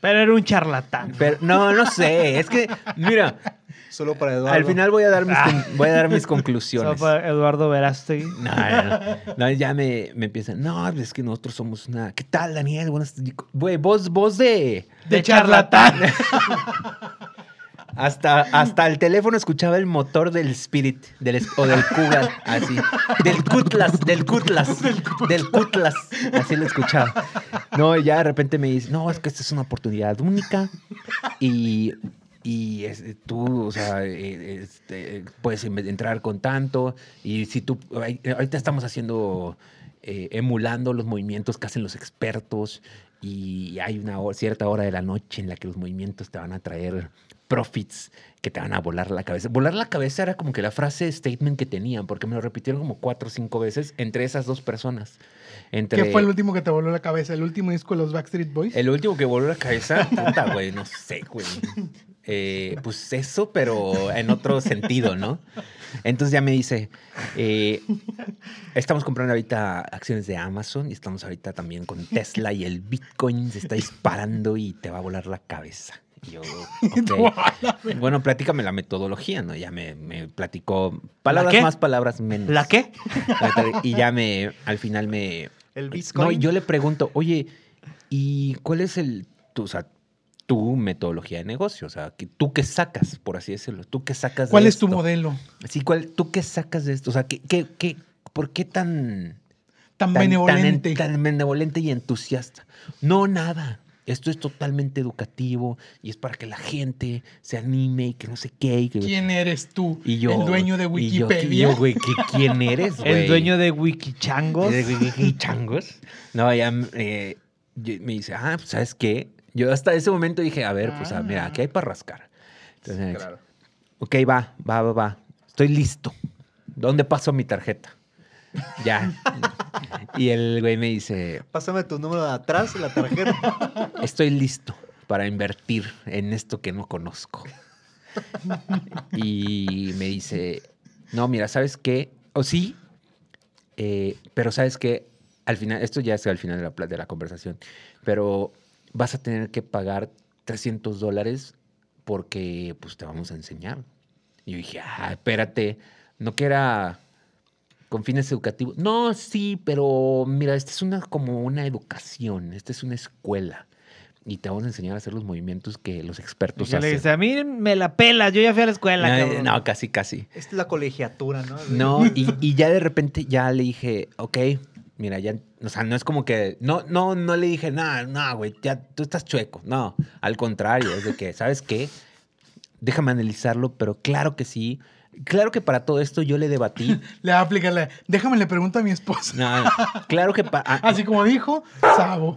Speaker 3: Pero era un charlatán.
Speaker 6: Pero no, no sé. Es que, mira,
Speaker 7: Solo para Eduardo.
Speaker 6: al final voy a dar mis, con- voy a dar mis conclusiones.
Speaker 3: Sopa Eduardo Verástegui.
Speaker 6: No, no, no. No, ya me, me empiezan. No, es que nosotros somos una. ¿Qué tal, Daniel? Buenas. Güey, vos, vos de.
Speaker 5: De charlatán.
Speaker 6: Hasta, hasta el teléfono escuchaba el motor del Spirit del, es- o del Kuga, así. Del Cutlass, del Cutlass, del Cutlass. Así lo escuchaba. No, y ya de repente me dice, no, es que esta es una oportunidad única y, y es- tú, o sea, eh, este, puedes em- entrar con tanto y si tú, ahí- eh, ahorita estamos haciendo, eh, emulando los movimientos que hacen los expertos y hay una hor- cierta hora de la noche en la que los movimientos te van a traer profits que te van a volar la cabeza. Volar la cabeza era como que la frase statement que tenían, porque me lo repitieron como cuatro o cinco veces entre esas dos personas. Entre
Speaker 5: ¿Qué fue el último que te voló la cabeza? ¿El último disco de los Backstreet Boys?
Speaker 6: el último que voló la cabeza, puta, güey, no sé, güey. Eh, pues eso, pero en otro sentido, ¿no? Entonces ya me dice, eh, estamos comprando ahorita acciones de Amazon y estamos ahorita también con Tesla y el Bitcoin se está disparando y te va a volar la cabeza. Y yo, ok. Bueno, platícame la metodología, ¿no? Ya me, me platicó palabras
Speaker 3: qué?
Speaker 6: más, palabras menos.
Speaker 3: ¿La qué?
Speaker 6: Y ya me, al final me,
Speaker 7: El Bitcoin.
Speaker 6: no, y yo le pregunto, oye, ¿y cuál es el, tu, o sea, tu metodología de negocio? O sea, que- ¿tú qué sacas, por así decirlo? ¿Tú qué sacas
Speaker 5: ¿Cuál
Speaker 6: de
Speaker 5: es tu
Speaker 6: esto?
Speaker 5: modelo?
Speaker 6: Sí, ¿cuál, ¿tú qué sacas de esto? O sea, ¿qué, qué, qué, ¿por qué tan, tan-
Speaker 5: Tan, benevolente.
Speaker 6: Tan, tan benevolente y entusiasta. No, nada. Esto es totalmente educativo y es para que la gente se anime y que no sé qué. Y, que-
Speaker 5: ¿Quién eres tú?
Speaker 6: y yo,
Speaker 5: ¿El dueño de
Speaker 6: y yo-
Speaker 5: Wikipedia?
Speaker 6: y yo, güey, ¿qué- ¿quién eres, güey?
Speaker 3: El dueño de Wikichangos.
Speaker 6: ¿Y changos? No, ya eh, yo- me dice, ah, pues, ¿sabes qué? Yo hasta ese momento dije, a ver, pues, ah, mira, aquí hay para rascar. Entonces, me dice, Ok, va, va, va, va. Estoy listo. ¿Dónde paso mi tarjeta? Ya. y el güey me dice,
Speaker 7: Pásame tu número de atrás, la tarjeta.
Speaker 6: estoy listo para invertir en esto que no conozco. Y me dice, no, mira, ¿sabes qué? O sí, eh, pero ¿sabes qué? Al final, esto ya es al final de la, pla- de la conversación, pero vas a tener que pagar 300 dólares porque pues te vamos a enseñar. Y yo dije, ah, espérate, no que era con fines educativos. No, sí, pero mira, esta es una como una educación, esta es una escuela. Y te vamos a enseñar a hacer los movimientos que los
Speaker 3: Y
Speaker 6: expertos
Speaker 3: yo le
Speaker 6: hacen.
Speaker 3: dije, a mí me la pelas, yo ya fui a la escuela,
Speaker 6: Ay,
Speaker 3: cabrón.
Speaker 6: no, casi, casi.
Speaker 7: es la colegiatura, ¿no?
Speaker 6: No, y, y ya de repente ya le dije, ok, mira, ya, o sea, no es como que, no, no, no le dije, nada, no, güey, ya, tú estás chueco. No, al contrario, es de que, ¿sabes qué? Déjame analizarlo, pero claro que sí. Claro que para todo esto yo le debatí.
Speaker 5: Le aplica la... Déjame le pregunto a mi esposa.
Speaker 6: No, claro que para...
Speaker 5: Así como dijo, Sabo.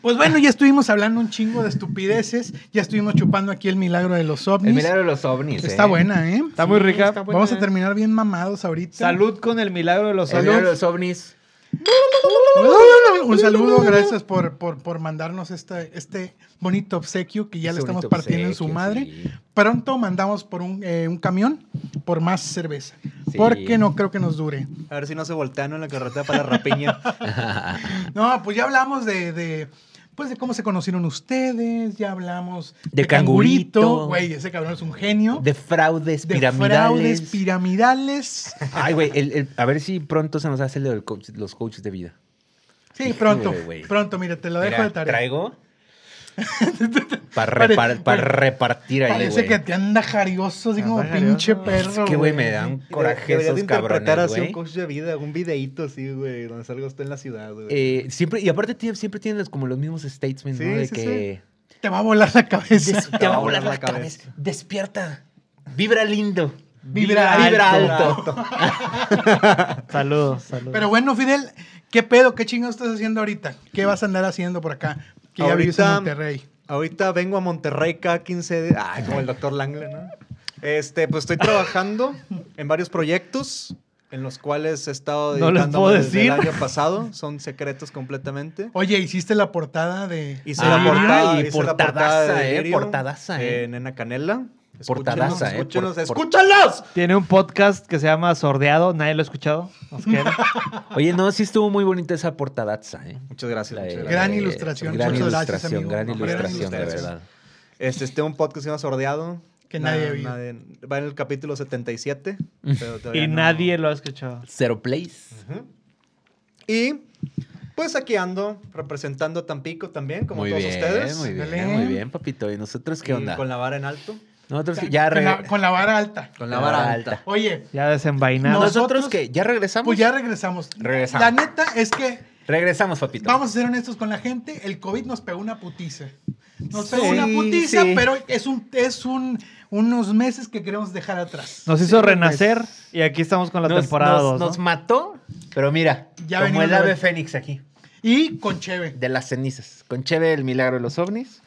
Speaker 5: Pues bueno, ya estuvimos hablando un chingo de estupideces. Ya estuvimos chupando aquí el milagro de los ovnis.
Speaker 6: el milagro de los ovnis.
Speaker 5: Está
Speaker 6: ¿eh?
Speaker 5: buena, ¿eh?
Speaker 3: Está muy rica.
Speaker 5: Vamos a terminar bien mamados ahorita.
Speaker 3: Salud con el milagro de los
Speaker 6: El milagro de
Speaker 3: saludos.
Speaker 6: los ovnis.
Speaker 5: Un saludo, gracias por, por, por mandarnos este, este bonito obsequio que ya le
Speaker 6: Ese
Speaker 5: estamos
Speaker 6: Este bonito
Speaker 5: partiendo en su
Speaker 6: obsequio,
Speaker 5: madre.
Speaker 6: sí.
Speaker 5: Pronto mandamos por un, eh, un camión por más cerveza.
Speaker 6: Sí.
Speaker 5: Porque no creo que nos dure.
Speaker 7: A ver si no se voltean en la carretera para la rapiña.
Speaker 5: No, pues ya hablamos de, de, pues de cómo se conocieron ustedes, ya hablamos
Speaker 6: De Cangurito.
Speaker 5: Güey, ese cabrón es un genio.
Speaker 6: De fraudes
Speaker 5: De
Speaker 6: piramidales.
Speaker 5: fraudes piramidales.
Speaker 6: Ay, güey, el- el- a ver si pronto se nos hace lo del coach- los coaches de vida.
Speaker 5: Sí,
Speaker 6: Híjole,
Speaker 5: pronto.
Speaker 6: güey.
Speaker 5: Pronto, mira, te lo dejo
Speaker 6: Mira,
Speaker 5: de tarea.
Speaker 6: Traigo.
Speaker 5: Pare-
Speaker 6: Para
Speaker 5: güey.
Speaker 6: repartir ahí,
Speaker 5: Parece
Speaker 6: güey.
Speaker 5: que te anda jarioso, así como
Speaker 3: Anda
Speaker 5: pinche
Speaker 6: Es
Speaker 5: perro.
Speaker 6: que, güey, me da un coraje
Speaker 7: Deberías
Speaker 6: esos
Speaker 7: de interpretar
Speaker 6: cabrones,
Speaker 7: así un
Speaker 6: güey.
Speaker 7: coach de vida, un videíto así, güey, donde salga usted en la ciudad, güey.
Speaker 6: Eh, siempre, y aparte tiene- siempre tienen los- como los mismos statements,
Speaker 7: Sí,
Speaker 6: ¿no? De
Speaker 7: sí,
Speaker 6: que
Speaker 5: Te va a volar la cabeza.
Speaker 6: "Des- te va a volar la cabeza. Despierta. Vibra lindo.
Speaker 5: Vibra
Speaker 6: Vibra
Speaker 5: alto.
Speaker 6: alto.
Speaker 3: Saludos, saludos.
Speaker 5: Pero bueno, Fidel, ¿qué pedo? ¿Qué chingados estás haciendo ahorita? ¿Qué vas a andar haciendo por acá? Que ya vives en
Speaker 7: Ahorita-
Speaker 5: Monterrey.
Speaker 7: Ahorita vengo a Monterrey cada 15 días. Ay, como el doctor Langle, ¿no? Este, pues estoy trabajando en varios proyectos. en los cuales he estado
Speaker 3: No
Speaker 7: dedicándome
Speaker 3: les puedo
Speaker 7: desde el
Speaker 3: decir.
Speaker 7: año pasado. Son secretos completamente.
Speaker 5: Oye, hiciste la portada de.
Speaker 7: Hice
Speaker 6: Ah,
Speaker 7: la portada,
Speaker 6: y
Speaker 7: hice la portada
Speaker 6: portadaza,
Speaker 7: de
Speaker 6: eh,
Speaker 7: Delirio,
Speaker 6: portadaza, eh.
Speaker 7: Nena Canela. Escúchenos,
Speaker 6: Portadaza, eh, por-
Speaker 7: escúchenos,
Speaker 6: por-
Speaker 7: ¡Escúchalos!
Speaker 3: Tiene un podcast que se llama Sordeado. Nadie lo ha escuchado. Nos queda.
Speaker 6: Oye, no, sí estuvo muy bonita esa portadaza, ¿eh?
Speaker 7: Muchas gracias.
Speaker 6: La de- la
Speaker 7: muchas gracias.
Speaker 5: Gran
Speaker 6: de-
Speaker 5: ilustración,
Speaker 6: Gran
Speaker 5: muchas gracias,
Speaker 6: ilustración,
Speaker 5: amigo.
Speaker 6: gran
Speaker 5: No, gran
Speaker 6: ilustración, de
Speaker 7: ilustración.
Speaker 6: verdad.
Speaker 7: Este, este un podcast que se llama Sordeado.
Speaker 5: Que
Speaker 7: Na-
Speaker 5: nadie vio.
Speaker 7: nadie- Va en el capítulo 77.
Speaker 6: Mm.
Speaker 7: pero todavía
Speaker 3: y
Speaker 7: no-
Speaker 3: nadie lo ha escuchado.
Speaker 6: Zero Place.
Speaker 7: Ujú. Y pues aquí ando representando a Tampico también, como
Speaker 6: muy
Speaker 7: todos
Speaker 6: bien,
Speaker 7: ustedes.
Speaker 6: muy bien,
Speaker 5: Dale.
Speaker 6: muy bien, papito. ¿Y nosotros qué
Speaker 7: Y
Speaker 6: onda?
Speaker 7: Con la vara en alto.
Speaker 6: Nosotros que ya
Speaker 5: con, la,
Speaker 6: reg-
Speaker 5: con la vara alta.
Speaker 7: Con
Speaker 6: la vara alta.
Speaker 5: Oye,
Speaker 3: Ya desenvainado.
Speaker 5: No.
Speaker 6: Nosotros
Speaker 5: nosotros-
Speaker 6: que ya regresamos.
Speaker 5: pues ya regresamos.
Speaker 6: Regresamos.
Speaker 5: La neta es que
Speaker 6: Regresamos, papito.
Speaker 5: vamos a ser honestos con la gente. El COVID nos pegó una putiza. Nos pegó
Speaker 6: Sí,
Speaker 5: una putiza,
Speaker 6: sí.
Speaker 5: pero es un, es un unos meses que queremos dejar atrás.
Speaker 3: Nos hizo renacer y aquí estamos con la
Speaker 6: Nos-
Speaker 3: temporada
Speaker 6: nos,
Speaker 3: 2.
Speaker 6: nos mató, pero mira,
Speaker 5: Ya
Speaker 6: como
Speaker 5: venimos
Speaker 6: el
Speaker 5: de
Speaker 6: ave
Speaker 5: vuelta.
Speaker 6: fénix aquí,
Speaker 5: Y con Cheve.
Speaker 6: de las cenizas. Con Cheve, el milagro de los ovnis.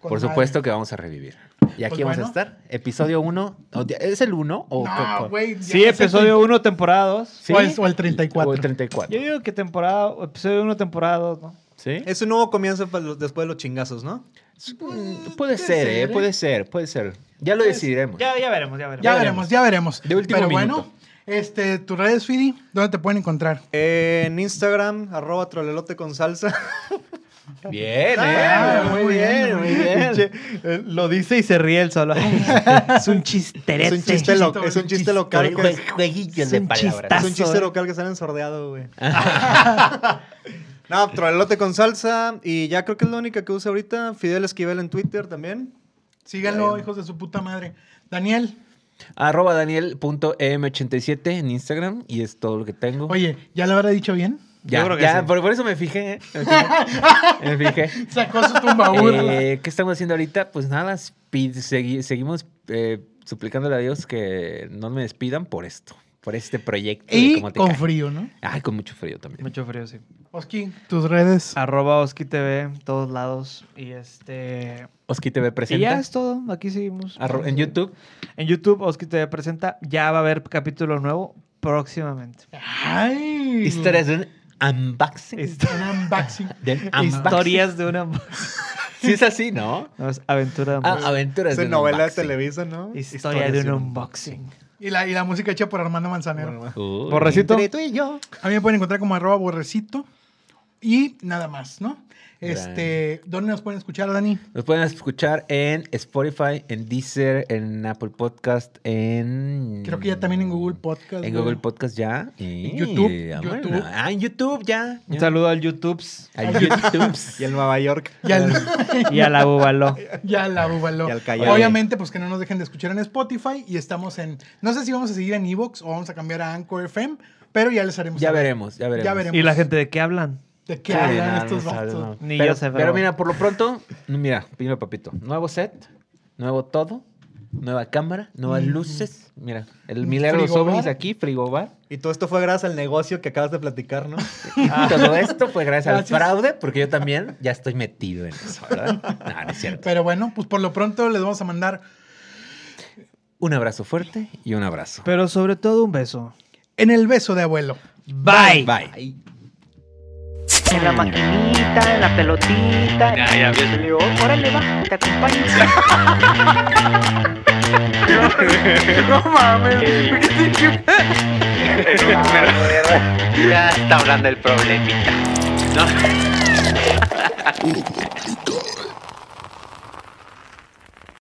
Speaker 5: con
Speaker 6: Por
Speaker 5: madre.
Speaker 6: supuesto que vamos a revivir. Y aquí vamos
Speaker 5: Pues bueno.
Speaker 6: a estar. Episodio 1. ¿Es el 1? O
Speaker 5: No, güey. ya
Speaker 3: Sí,
Speaker 5: es el
Speaker 3: episodio 1, temporada 2.
Speaker 6: Sí.
Speaker 5: O, el, o el
Speaker 6: O el
Speaker 5: 34.
Speaker 6: 34.
Speaker 3: Yo digo que temporada, episodio 1, temporada 2, ¿no?
Speaker 6: ¿Sí?
Speaker 7: Es un nuevo comienzo para los- después de los chingazos, ¿no?
Speaker 6: Mm, Puede ser, ¿eh? Puede ser, puede ser. Ya lo decidiremos.
Speaker 3: Ya, ya veremos, ya veremos.
Speaker 5: Ya veremos, ya veremos.
Speaker 6: De último
Speaker 5: Pero
Speaker 6: minuto.
Speaker 5: bueno, este, tus redes, Fidi, ¿dónde te pueden encontrar?
Speaker 7: Eh, En Instagram, arroba trolelote con salsa.
Speaker 6: Bien, ¿eh?
Speaker 5: Ah,
Speaker 6: muy bien, muy bien.
Speaker 3: Che, eh, Lo dice y se ríe el solo. es un
Speaker 7: Es
Speaker 3: chisterete.
Speaker 7: un chiste, lo- es un chiste local. Que es,
Speaker 6: Jue- Jueguillos
Speaker 3: Es
Speaker 6: de
Speaker 3: un
Speaker 6: palabras.
Speaker 7: es un chiste
Speaker 3: eh.
Speaker 7: local que sale ensordeado, güey.
Speaker 3: Ah.
Speaker 7: no, trolelote con salsa. Y ya creo que es la única que uso ahorita. Fidel Esquivel en Twitter también.
Speaker 5: Síganlo, hijos de su puta madre. Daniel,
Speaker 6: Arroba daniel.em87 en Instagram y es todo lo que tengo.
Speaker 5: oye, ¿ya lo habrá dicho bien?
Speaker 6: ya,
Speaker 7: yo creo que
Speaker 6: ya,
Speaker 7: sí.
Speaker 6: por, por eso me fijé. ¿eh? Me fijé. Me fijé.
Speaker 5: Sacó su tumbaburra.
Speaker 6: Eh, ¿Qué estamos haciendo ahorita? Pues nada, pi- segui- seguimos eh, suplicándole a Dios que no me despidan por esto, por este proyecto. de
Speaker 5: y
Speaker 6: Cómo Te
Speaker 5: con
Speaker 6: Cae.
Speaker 5: frío, ¿no?
Speaker 6: Ay, con mucho frío también.
Speaker 3: Mucho frío, sí.
Speaker 5: Oski, tus redes.
Speaker 3: Arroba Oski TV, en todos lados. Y este.
Speaker 6: Oski TV
Speaker 3: Y ya
Speaker 6: presenta
Speaker 3: es todo. Aquí seguimos.
Speaker 6: arro- en YouTube.
Speaker 3: En YouTube, Oski TV presenta. Ya va a haber capítulo nuevo próximamente.
Speaker 5: Ay.
Speaker 6: Historias de un unboxing.
Speaker 3: Histo-
Speaker 5: Un unboxing.
Speaker 6: Del unboxing.
Speaker 3: Historias de una. No,
Speaker 6: Sí es así, ¿no?
Speaker 3: es aventura de
Speaker 6: Ah,
Speaker 3: amor.
Speaker 6: aventuras
Speaker 7: Es
Speaker 6: de
Speaker 7: de
Speaker 6: un
Speaker 7: novela de
Speaker 6: unboxing.
Speaker 7: Televisa, ¿no?
Speaker 3: Historia de un unboxing.
Speaker 5: Y la, y la música hecha por Armando Manzanero.
Speaker 7: Bueno,
Speaker 6: Uy.
Speaker 3: Borrecito.
Speaker 7: tú y yo.
Speaker 5: A mí me pueden encontrar como arroba borrecito. Y nada más, ¿no? Este, ¿dónde nos pueden escuchar, Dani?
Speaker 6: Nos pueden escuchar en Spotify, en Deezer, en Apple Podcast, en...
Speaker 5: Creo que ya también en Google Podcast.
Speaker 6: En
Speaker 5: güey.
Speaker 6: Google Podcast ya. Y-
Speaker 5: En YouTube,
Speaker 6: ah,
Speaker 5: YouTube.
Speaker 6: bueno. Ah, en YouTube ya.
Speaker 3: Un
Speaker 6: Ya.
Speaker 3: saludo al YouTube
Speaker 6: Al YouTube.
Speaker 7: Y en Nueva York.
Speaker 5: Ya,
Speaker 3: y a la Bubaló.
Speaker 5: ya la bubaló.
Speaker 7: Y al callado.
Speaker 5: Obviamente, pues que no nos dejen de escuchar en Spotify. Y estamos en. No sé si vamos a seguir en Evox o vamos a cambiar a Anchor FM, pero ya les haremos.
Speaker 6: Ya
Speaker 5: saber.
Speaker 6: veremos, ya veremos.
Speaker 5: Ya veremos.
Speaker 3: ¿Y la gente de qué hablan?
Speaker 5: ¿De
Speaker 6: Sí,
Speaker 5: qué hablan
Speaker 6: nada,
Speaker 5: estos
Speaker 6: no sabe,
Speaker 5: vatos?
Speaker 6: no.
Speaker 3: Ni
Speaker 6: pero,
Speaker 3: yo sé, pero
Speaker 6: pero
Speaker 3: bueno.
Speaker 6: mira, por lo pronto, mira, primero papito, nuevo set, nuevo todo, nueva cámara, nuevas luces. Mira, el
Speaker 5: Un
Speaker 6: milagro de los
Speaker 5: frigobar.
Speaker 6: ovnis aquí, frigobar.
Speaker 7: Y todo esto fue gracias al negocio que acabas de platicar, ¿no?
Speaker 6: Todo esto fue gracias,
Speaker 5: Gracias.
Speaker 6: al fraude, porque yo también ya estoy metido en eso, ¿verdad? No, no es cierto.
Speaker 5: Pero bueno, pues por lo pronto les vamos a mandar
Speaker 6: Un abrazo fuerte y un abrazo.
Speaker 3: Pero sobre todo un beso.
Speaker 5: en el beso de abuelo.
Speaker 3: Bye.
Speaker 6: Bye.
Speaker 2: En la maquinita, en la pelotita.
Speaker 4: Ya, ya, bien.
Speaker 2: Le digo, órale, va, te acompaño.
Speaker 4: Ya está hablando el problemita.